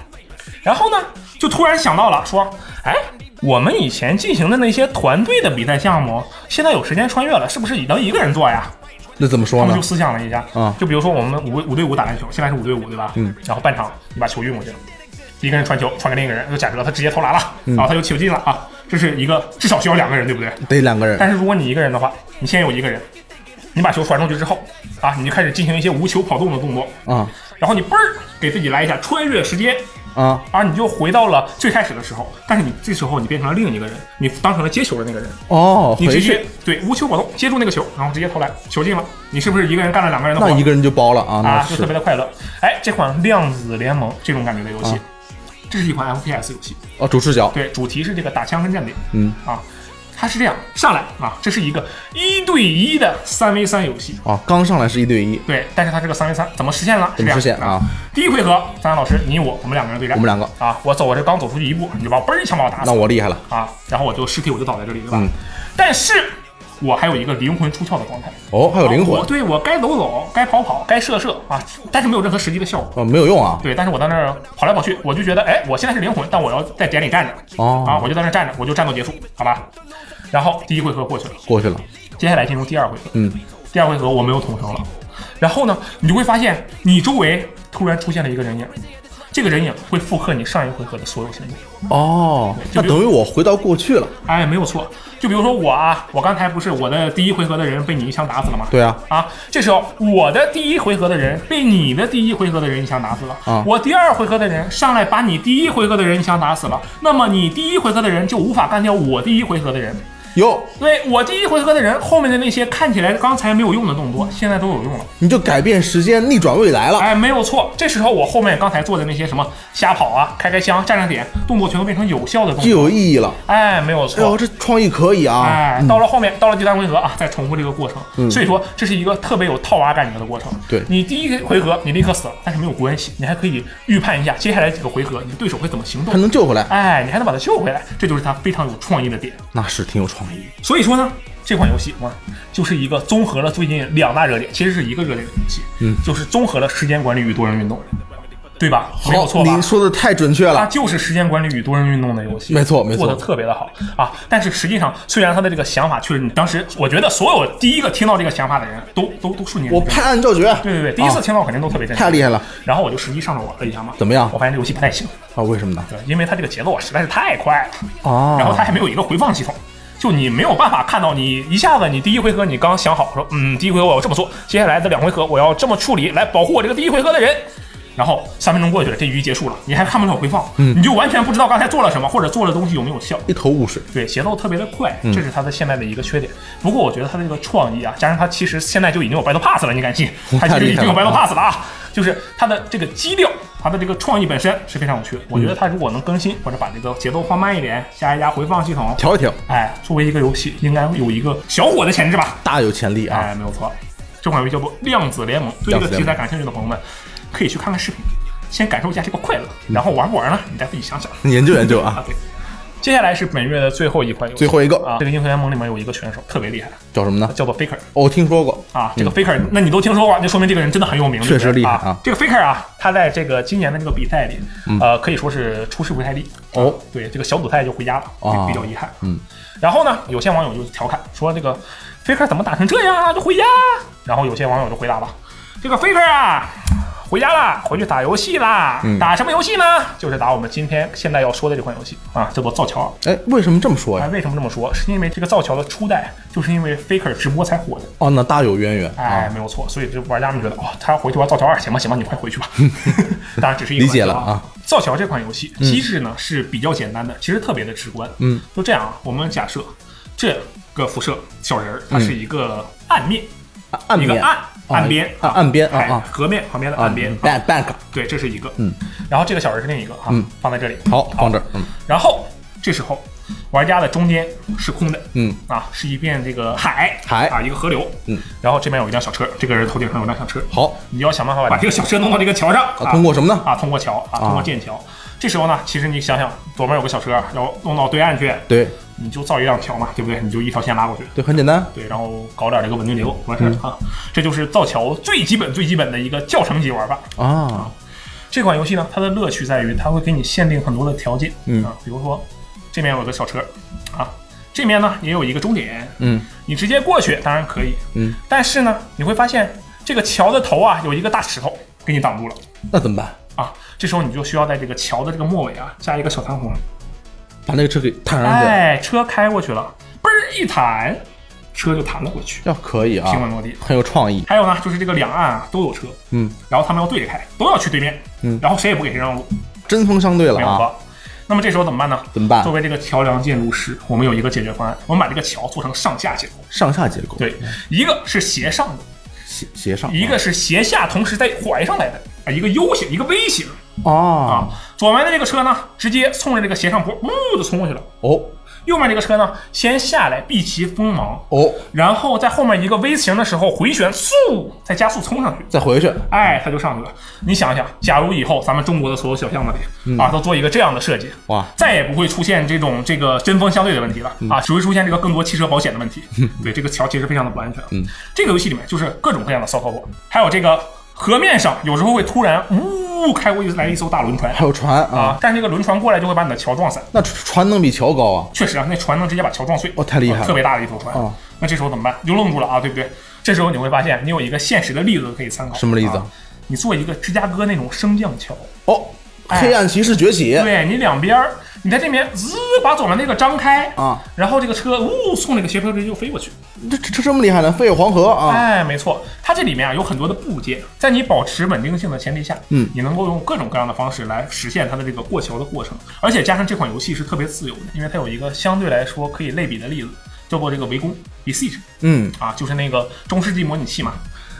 Speaker 1: 然后呢，就突然想到了，说，哎，我们以前进行的那些团队的比赛项目，现在有时间穿越了，是不是也能一个人做呀？
Speaker 2: 那怎么说
Speaker 1: 他们
Speaker 2: 呢
Speaker 1: 就？思想了一下，
Speaker 2: 啊
Speaker 1: 就比如说我们五五对五打篮球，现在是五对五对吧？嗯，然后半场你把球运过去了，一个人传球传给另一个人，就假设他直接投篮了，
Speaker 2: 嗯
Speaker 1: 然后他就球进了啊，这是一个至少需要两个人，对不对？
Speaker 2: 得两个人，
Speaker 1: 但是如果你一个人的话，你先有一个人，你把球传出去之后，啊，你就开始进行一些无球跑动的动作，
Speaker 2: 啊
Speaker 1: 然后你嘣儿给自己来一下穿越时间，
Speaker 2: 啊，
Speaker 1: 而你就回到了最开始的时候。但是你这时候你变成了另一个人，你当成了接球的那个人，
Speaker 2: 哦，
Speaker 1: 你
Speaker 2: 回
Speaker 1: 直
Speaker 2: 去
Speaker 1: 接对无球跑动接住那个球，然后直接投篮，球进了。你是不是一个人干了两个人的活
Speaker 2: 那一个人就包了啊，那
Speaker 1: 啊，就特别
Speaker 2: 是
Speaker 1: 的快乐。哎，这款量子联盟这种感觉的游戏，
Speaker 2: 啊
Speaker 1: 这是一款 FPS 游戏，
Speaker 2: 哦，主视角，
Speaker 1: 对，主题是这个打枪跟间谍
Speaker 2: 嗯，
Speaker 1: 啊。它是这样上来啊，这是一个一对一的三 v 三游戏，
Speaker 2: 啊，刚上来是一对一，
Speaker 1: 对，但是它这个三 v 三怎么实现呢？是
Speaker 2: 怎
Speaker 1: 这
Speaker 2: 么
Speaker 1: 样
Speaker 2: 实现啊？
Speaker 1: 第一回合，张扬老师，你我，我们两个人对战。
Speaker 2: 我们两个
Speaker 1: 啊，我走，我这刚走出去一步，你就把我嘣儿一枪把我打死
Speaker 2: 那我厉害了，
Speaker 1: 啊，然后我就尸体我就倒在这里，对吧？
Speaker 2: 嗯
Speaker 1: 但是我还有一个灵魂出窍的状态，
Speaker 2: 哦，还有灵
Speaker 1: 我
Speaker 2: 魂，
Speaker 1: 对我该走走，该跑跑，该射射啊，但是没有任何实际的效果。
Speaker 2: 哦，没有用啊，
Speaker 1: 对，但是我在那儿跑来跑去，我就觉得，哎，我现在是灵魂，但我要在点里站着，
Speaker 2: 哦
Speaker 1: 啊，我就在那儿站着，我就战斗结束，好吧？然后第一回合过去了，
Speaker 2: 过去了，
Speaker 1: 接下来进入第二回合，
Speaker 2: 嗯，
Speaker 1: 第二回合我没有统城了，然后呢，你就会发现你周围突然出现了一个人影，这个人影会复刻你上一回合的所有行为。
Speaker 2: 哦，
Speaker 1: 就
Speaker 2: 那
Speaker 1: 比如
Speaker 2: 等于我回到过去了，
Speaker 1: 哎，没有错，就比如说我啊，我刚才不是我的第一回合的人被你一枪打死了吗？
Speaker 2: 对啊，
Speaker 1: 啊，这时候我的第一回合的人被你的第一回合的人一枪打死了，
Speaker 2: 啊
Speaker 1: 我第二回合的人上来把你第一回合的人一枪打死了，那么你第一回合的人就无法干掉我第一回合的人，
Speaker 2: 哟，
Speaker 1: 对我第一回合的人后面的那些看起来刚才没有用的动作，现在都有用了。
Speaker 2: 你就改变时间，逆转未来了，
Speaker 1: 哎，没有错，这时候我后面刚才做的那些什么瞎跑啊、开开枪、站站点动作，全都变成有效的动
Speaker 2: 就
Speaker 1: 作。
Speaker 2: 有意义了。
Speaker 1: 哎，没有
Speaker 2: 哎
Speaker 1: 错，
Speaker 2: 呦，这创意可以啊！
Speaker 1: 哎，
Speaker 2: 嗯
Speaker 1: 到了后面，到了第三回合啊，再重复这个过程。所以说，这是一个特别有套娃感觉的过程。
Speaker 2: 对
Speaker 1: 你第一回合你立刻死了，但是没有关系，你还可以预判一下接下来几个回合你的对手会怎么行
Speaker 2: 还
Speaker 1: 动。
Speaker 2: 能救回来，
Speaker 1: 哎，你还能把它救回来，这就是它非常有创意的点。
Speaker 2: 那是挺有创意。
Speaker 1: 所以说呢，这款游戏哇，就是一个综合了最近两大热点，其实是一个热点的游戏，嗯，就是综合了时间管理与多人运动，对吧？没有错吧？
Speaker 2: 您说的太准确
Speaker 1: 它
Speaker 2: 了。
Speaker 1: 啊就是时间管理与多人运动的游戏，
Speaker 2: 没错没
Speaker 1: 做
Speaker 2: 错
Speaker 1: 的特别的好啊。但是实际上，虽然他的这个想法确实，你当时我觉得所有第一个听到这个想法的人都都都瞬间
Speaker 2: 我
Speaker 1: 震
Speaker 2: 拍案叫绝，
Speaker 1: 对对对，第一次听到肯定都特别震
Speaker 2: 太
Speaker 1: 撼。
Speaker 2: 厉害了
Speaker 1: 然后我就实际上手玩了一下嘛，
Speaker 2: 怎么样
Speaker 1: 我发现这游戏不太行，
Speaker 2: 啊！为什么呢？
Speaker 1: 对，因为它这个节奏啊实在是太快了，
Speaker 2: 啊，
Speaker 1: 然后它还没有一个回放系统。就你没有办法看到，你一下子你第一回合你刚想好说，嗯，第一回合我要这么做，接下来的两回合我要这么处理来保护我这个第一回合的人，然后三分钟过去了，这局结束了，你还看不了回放，你就完全不知道刚才做了什么或者做的东西有没有效。
Speaker 2: 一头雾水。
Speaker 1: 对，节奏特别的快，
Speaker 2: 嗯
Speaker 1: 这是它的现在的一个缺点。不过我觉得它的这个创意啊，加上它其实现在就已经有 Battle Pass 了，你敢信？它其
Speaker 2: 太
Speaker 1: 实
Speaker 2: 厉
Speaker 1: 已
Speaker 2: 害
Speaker 1: 经有
Speaker 2: 了
Speaker 1: Battle Pass 了啊！就是它的这个基调，它的这个创意本身是非常有趣的。我觉
Speaker 2: 嗯
Speaker 1: 得它如果能更新，或者把这个节奏放慢一点，加一加回放系统，
Speaker 2: 调一调，
Speaker 1: 哎，作为一个游戏，应该有一个小火的潜质吧？
Speaker 2: 大有潜力啊！
Speaker 1: 哎，没有错，这款游戏叫做《量子联盟》，对这
Speaker 2: 量
Speaker 1: 个
Speaker 2: 子联
Speaker 1: 题
Speaker 2: 盟
Speaker 1: 材感兴趣的朋友们，可以去
Speaker 2: 嗯
Speaker 1: 看看视频，先感受一下这个快乐，然后玩不玩呢？你再自己想想。
Speaker 2: 研究研究啊
Speaker 1: 啊，！对。接下来是本月的最后一款游戏，
Speaker 2: 最后一个
Speaker 1: 啊，这个英雄联盟里面有一个选手特别厉害，
Speaker 2: 叫什么呢？
Speaker 1: 叫做 Faker
Speaker 2: 哦，听说过
Speaker 1: 啊，这个 Faker，、那你都听说过，就说明这个人真的很有名，
Speaker 2: 嗯确
Speaker 1: 对不对
Speaker 2: 实厉害
Speaker 1: 啊
Speaker 2: 啊。嗯
Speaker 1: 这个 Faker 啊，他在这个今年的这个比赛里，呃，可以说是出师不太利，啊
Speaker 2: 哦，
Speaker 1: 对，这个小组赛就回家了，
Speaker 2: 啊
Speaker 1: 比较遗憾。
Speaker 2: 嗯，
Speaker 1: 然后呢，有些网友就调侃说这个 Faker 怎么打成这样啊，就回家。然后有些网友就回答了，这个 Faker 啊。回家啦，回去打游戏啦。
Speaker 2: 嗯
Speaker 1: 打什么游戏呢？就是打我们今天现在要说的这款游戏啊，叫做造桥。
Speaker 2: 哎，为什么这么说
Speaker 1: 哎，
Speaker 2: 呀？
Speaker 1: 为什么这么说？是因为这个造桥的初代就是因为 Faker 直播才火的。
Speaker 2: 哦，那大有渊源
Speaker 1: 哎，
Speaker 2: 啊。
Speaker 1: 没有错，所以这玩家们觉得，哦，他回去玩造桥二，行吧，行吧，你快
Speaker 2: <laughs>
Speaker 1: 回去吧。 <laughs> 当然，只是一个
Speaker 2: 理解
Speaker 1: 玩笑
Speaker 2: 了啊。
Speaker 1: 造桥这款游戏机制呢是比较简单的，其实特别的直观。
Speaker 2: 嗯，
Speaker 1: 就这样啊，我们假设这个辐射小人儿，它是一个暗面，
Speaker 2: 啊岸
Speaker 1: 一个
Speaker 2: 边，
Speaker 1: 岸岸边
Speaker 2: 嗯啊岸边啊
Speaker 1: 哎
Speaker 2: 啊
Speaker 1: 河面旁边的
Speaker 2: 啊
Speaker 1: 岸边。啊
Speaker 2: ，back back，
Speaker 1: 对，这是一个。
Speaker 2: 嗯，
Speaker 1: 然后这个小人是另一个啊
Speaker 2: 嗯，
Speaker 1: 放在这里。
Speaker 2: 好，放这儿，嗯
Speaker 1: 然后这时候玩家的中间是空的。
Speaker 2: 嗯，
Speaker 1: 啊，是一片这个海
Speaker 2: 海
Speaker 1: 啊，一个河流。
Speaker 2: 嗯，
Speaker 1: 然后这边有一辆小车，这个人头顶上有辆小车，
Speaker 2: 好，
Speaker 1: 你要想办法把这个小车弄到这个桥上，
Speaker 2: 啊通过什么呢？
Speaker 1: 啊，通过桥啊，通过剑桥。这时候呢，其实你想想，左边有个小车，要弄到对岸去，
Speaker 2: 对
Speaker 1: 你就造一辆桥嘛，对不对？你就一条线拉过去，
Speaker 2: 对，很简单，
Speaker 1: 对，然后搞点这个稳定流，完事儿了
Speaker 2: 嗯
Speaker 1: 啊。这就是造桥最基本、最基本的一个教程级玩法。
Speaker 2: 啊，
Speaker 1: 这款游戏呢，它的乐趣在于它会给你限定很多的条件，
Speaker 2: 嗯
Speaker 1: 啊，比如说这边有个小车，啊，这边呢也有一个终点，
Speaker 2: 嗯
Speaker 1: 你直接过去当然可以，
Speaker 2: 嗯，
Speaker 1: 但是呢，你会发现这个桥的头啊有一个大石头给你挡住了
Speaker 2: 那怎么办？
Speaker 1: 啊，这时候你就需要在这个桥的这个末尾啊加一个小弹簧，
Speaker 2: 把那个车给弹上去，
Speaker 1: 哎，车开过去了，嘣儿一弹，车就弹了过去，
Speaker 2: 要可以
Speaker 1: 平稳
Speaker 2: 啊，
Speaker 1: 落地。
Speaker 2: 很有创意，
Speaker 1: 还有呢，就是这个两岸啊都有车，
Speaker 2: 嗯，
Speaker 1: 然后他们要对着开，都要去对面，
Speaker 2: 嗯
Speaker 1: 然后谁也不给谁让路，
Speaker 2: 针锋相对了
Speaker 1: 没有
Speaker 2: 啊，
Speaker 1: 错。那么这时候怎么办呢？
Speaker 2: 怎么办
Speaker 1: 作？为这个桥梁建筑师，我们有一个解决方案，我们把这个桥做成上下结构。
Speaker 2: 上下结构，
Speaker 1: 对，一个是斜上的，
Speaker 2: 斜斜上，
Speaker 1: 一个是斜下，同时再环上来的啊，一个 U 型，一个 V 型啊
Speaker 2: 啊，。
Speaker 1: 左边的这个车呢，直接冲着这个斜上坡，呜就冲过去了；
Speaker 2: 哦
Speaker 1: 右面这个车呢，先下来避其锋芒，
Speaker 2: 哦，
Speaker 1: 然后在后面一个 V 型的时候回旋，速再加速冲上去。
Speaker 2: 再回去，
Speaker 1: 哎，他就上去了。你想一想，假如以后咱们中国的所有小巷子里、啊，都做一个这样的设计，
Speaker 2: 哇，
Speaker 1: 再也不会出现这种这个针锋相对的问题
Speaker 2: 嗯
Speaker 1: 了、啊，只会出现这个更多汽车保险的问题。对，这个桥其实非常的不安全。嗯，这个游戏里面就是各种各样的骚操作，还有这个河面上有时候会突然呜开过一来一艘大轮船
Speaker 2: 还有船啊，
Speaker 1: 啊，但是这个轮船过来就会把你的桥撞散。
Speaker 2: 那船能比桥高啊？
Speaker 1: 确实啊，那船能直接把桥撞碎，
Speaker 2: 哦太厉害了
Speaker 1: 啊特别大的一艘船。
Speaker 2: 哦
Speaker 1: 那这时候怎么办？你就愣住了啊，对不对？这时候你会发现，你有一个现实的例子可以参考。
Speaker 2: 什么例子
Speaker 1: 啊你做一个芝加哥那种升降桥，
Speaker 2: 哦，
Speaker 1: 哎
Speaker 2: 黑暗骑士崛起，
Speaker 1: <laughs> 对你两边儿，你在这边滋把左边那个张开
Speaker 2: 啊，
Speaker 1: 然后这个车呜送那个斜坡直接就飞过去。
Speaker 2: 这这这这么厉害呢？飞越黄河啊，
Speaker 1: 哎，没错，它这里面啊有很多的部件，在你保持稳定性的前提下，
Speaker 2: 嗯
Speaker 1: 你能够用各种各样的方式来实现它的这个过桥的过程，而且加上这款游戏是特别自由的，因为它有一个相对来说可以类比的例子，叫做这个围攻 besiege
Speaker 2: 嗯，
Speaker 1: 啊，就是那个中世纪模拟器嘛。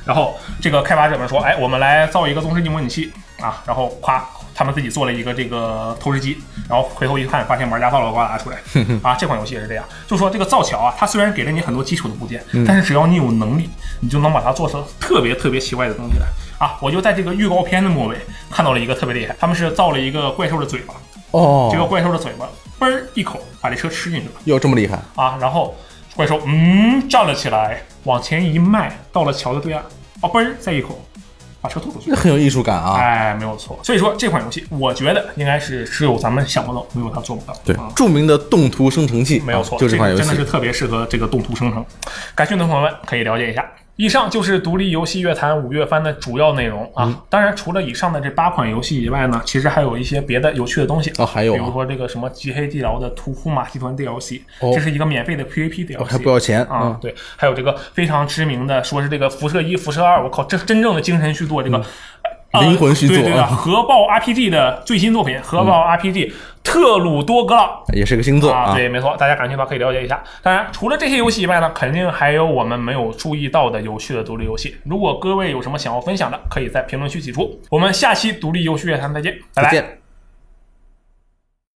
Speaker 1: 然后这个开发者们说，哎，我们来造一个中世纪模拟器啊，然后夸他们自己做了一个这个投石机，然后回头一看，发现玩家造了个高达出来啊。这款游戏也是这样，就说这个造桥啊，它虽然给了你很多基础的部件，但是只要你有能力，你就能把它做成特别特别奇怪的东西来啊。我就在这个预告片的末尾看到了一个特别厉害，他们是造了一个怪兽的嘴巴，这个
Speaker 2: 哦，
Speaker 1: 怪兽的嘴巴嘣儿一口把这车吃进去了。
Speaker 2: 哟，这么厉害，
Speaker 1: 啊，然后怪兽嗯站了起来，往前一迈，到了桥的对岸，啊嘣儿再一口，把车吐出去
Speaker 2: 这。很有艺术感啊。
Speaker 1: 哎，没有错。所以说这款游戏，我觉得应该是只有咱们想不到，没有它做不到。
Speaker 2: 对
Speaker 1: 啊，
Speaker 2: 著名的动图生成器，
Speaker 1: 没有错，
Speaker 2: 啊就
Speaker 1: 这
Speaker 2: 是这款
Speaker 1: 个
Speaker 2: 游戏
Speaker 1: 真的是特别适合这个动图生成。感兴趣的朋友们可以了解一下。以上就是独立游戏乐坛五月番的主要内容
Speaker 2: 嗯
Speaker 1: 啊。当然，除了以上的这八款游戏以外呢，其实还有一些别的有趣的东西
Speaker 2: 哦还有啊
Speaker 1: 比如说这个什么《极黑地牢》的屠夫马戏团 DLC，、
Speaker 2: 哦
Speaker 1: 这是一个免费的 PVP DLC，、
Speaker 2: 还不要钱
Speaker 1: 啊
Speaker 2: 嗯，
Speaker 1: 对，还有这个非常知名的，说是这个辐射一、辐射二，我靠，这真正的精神续作，这个、呃
Speaker 2: 嗯灵魂续作
Speaker 1: 对对对，
Speaker 2: 啊嗯
Speaker 1: 核爆 RPG 的最新作品《核爆 RPG、特鲁多格朗啊
Speaker 2: 也是个啊星座
Speaker 1: 对，没错，大家感兴趣的话可以了解一下。当然，除了这些游戏以外呢，肯定还有我们没有注意到的有趣的独立游戏。如果各位有什么想要分享的，可以在评论区提出。我们下期独立游戏乐坛再见，拜拜。
Speaker 2: 再见。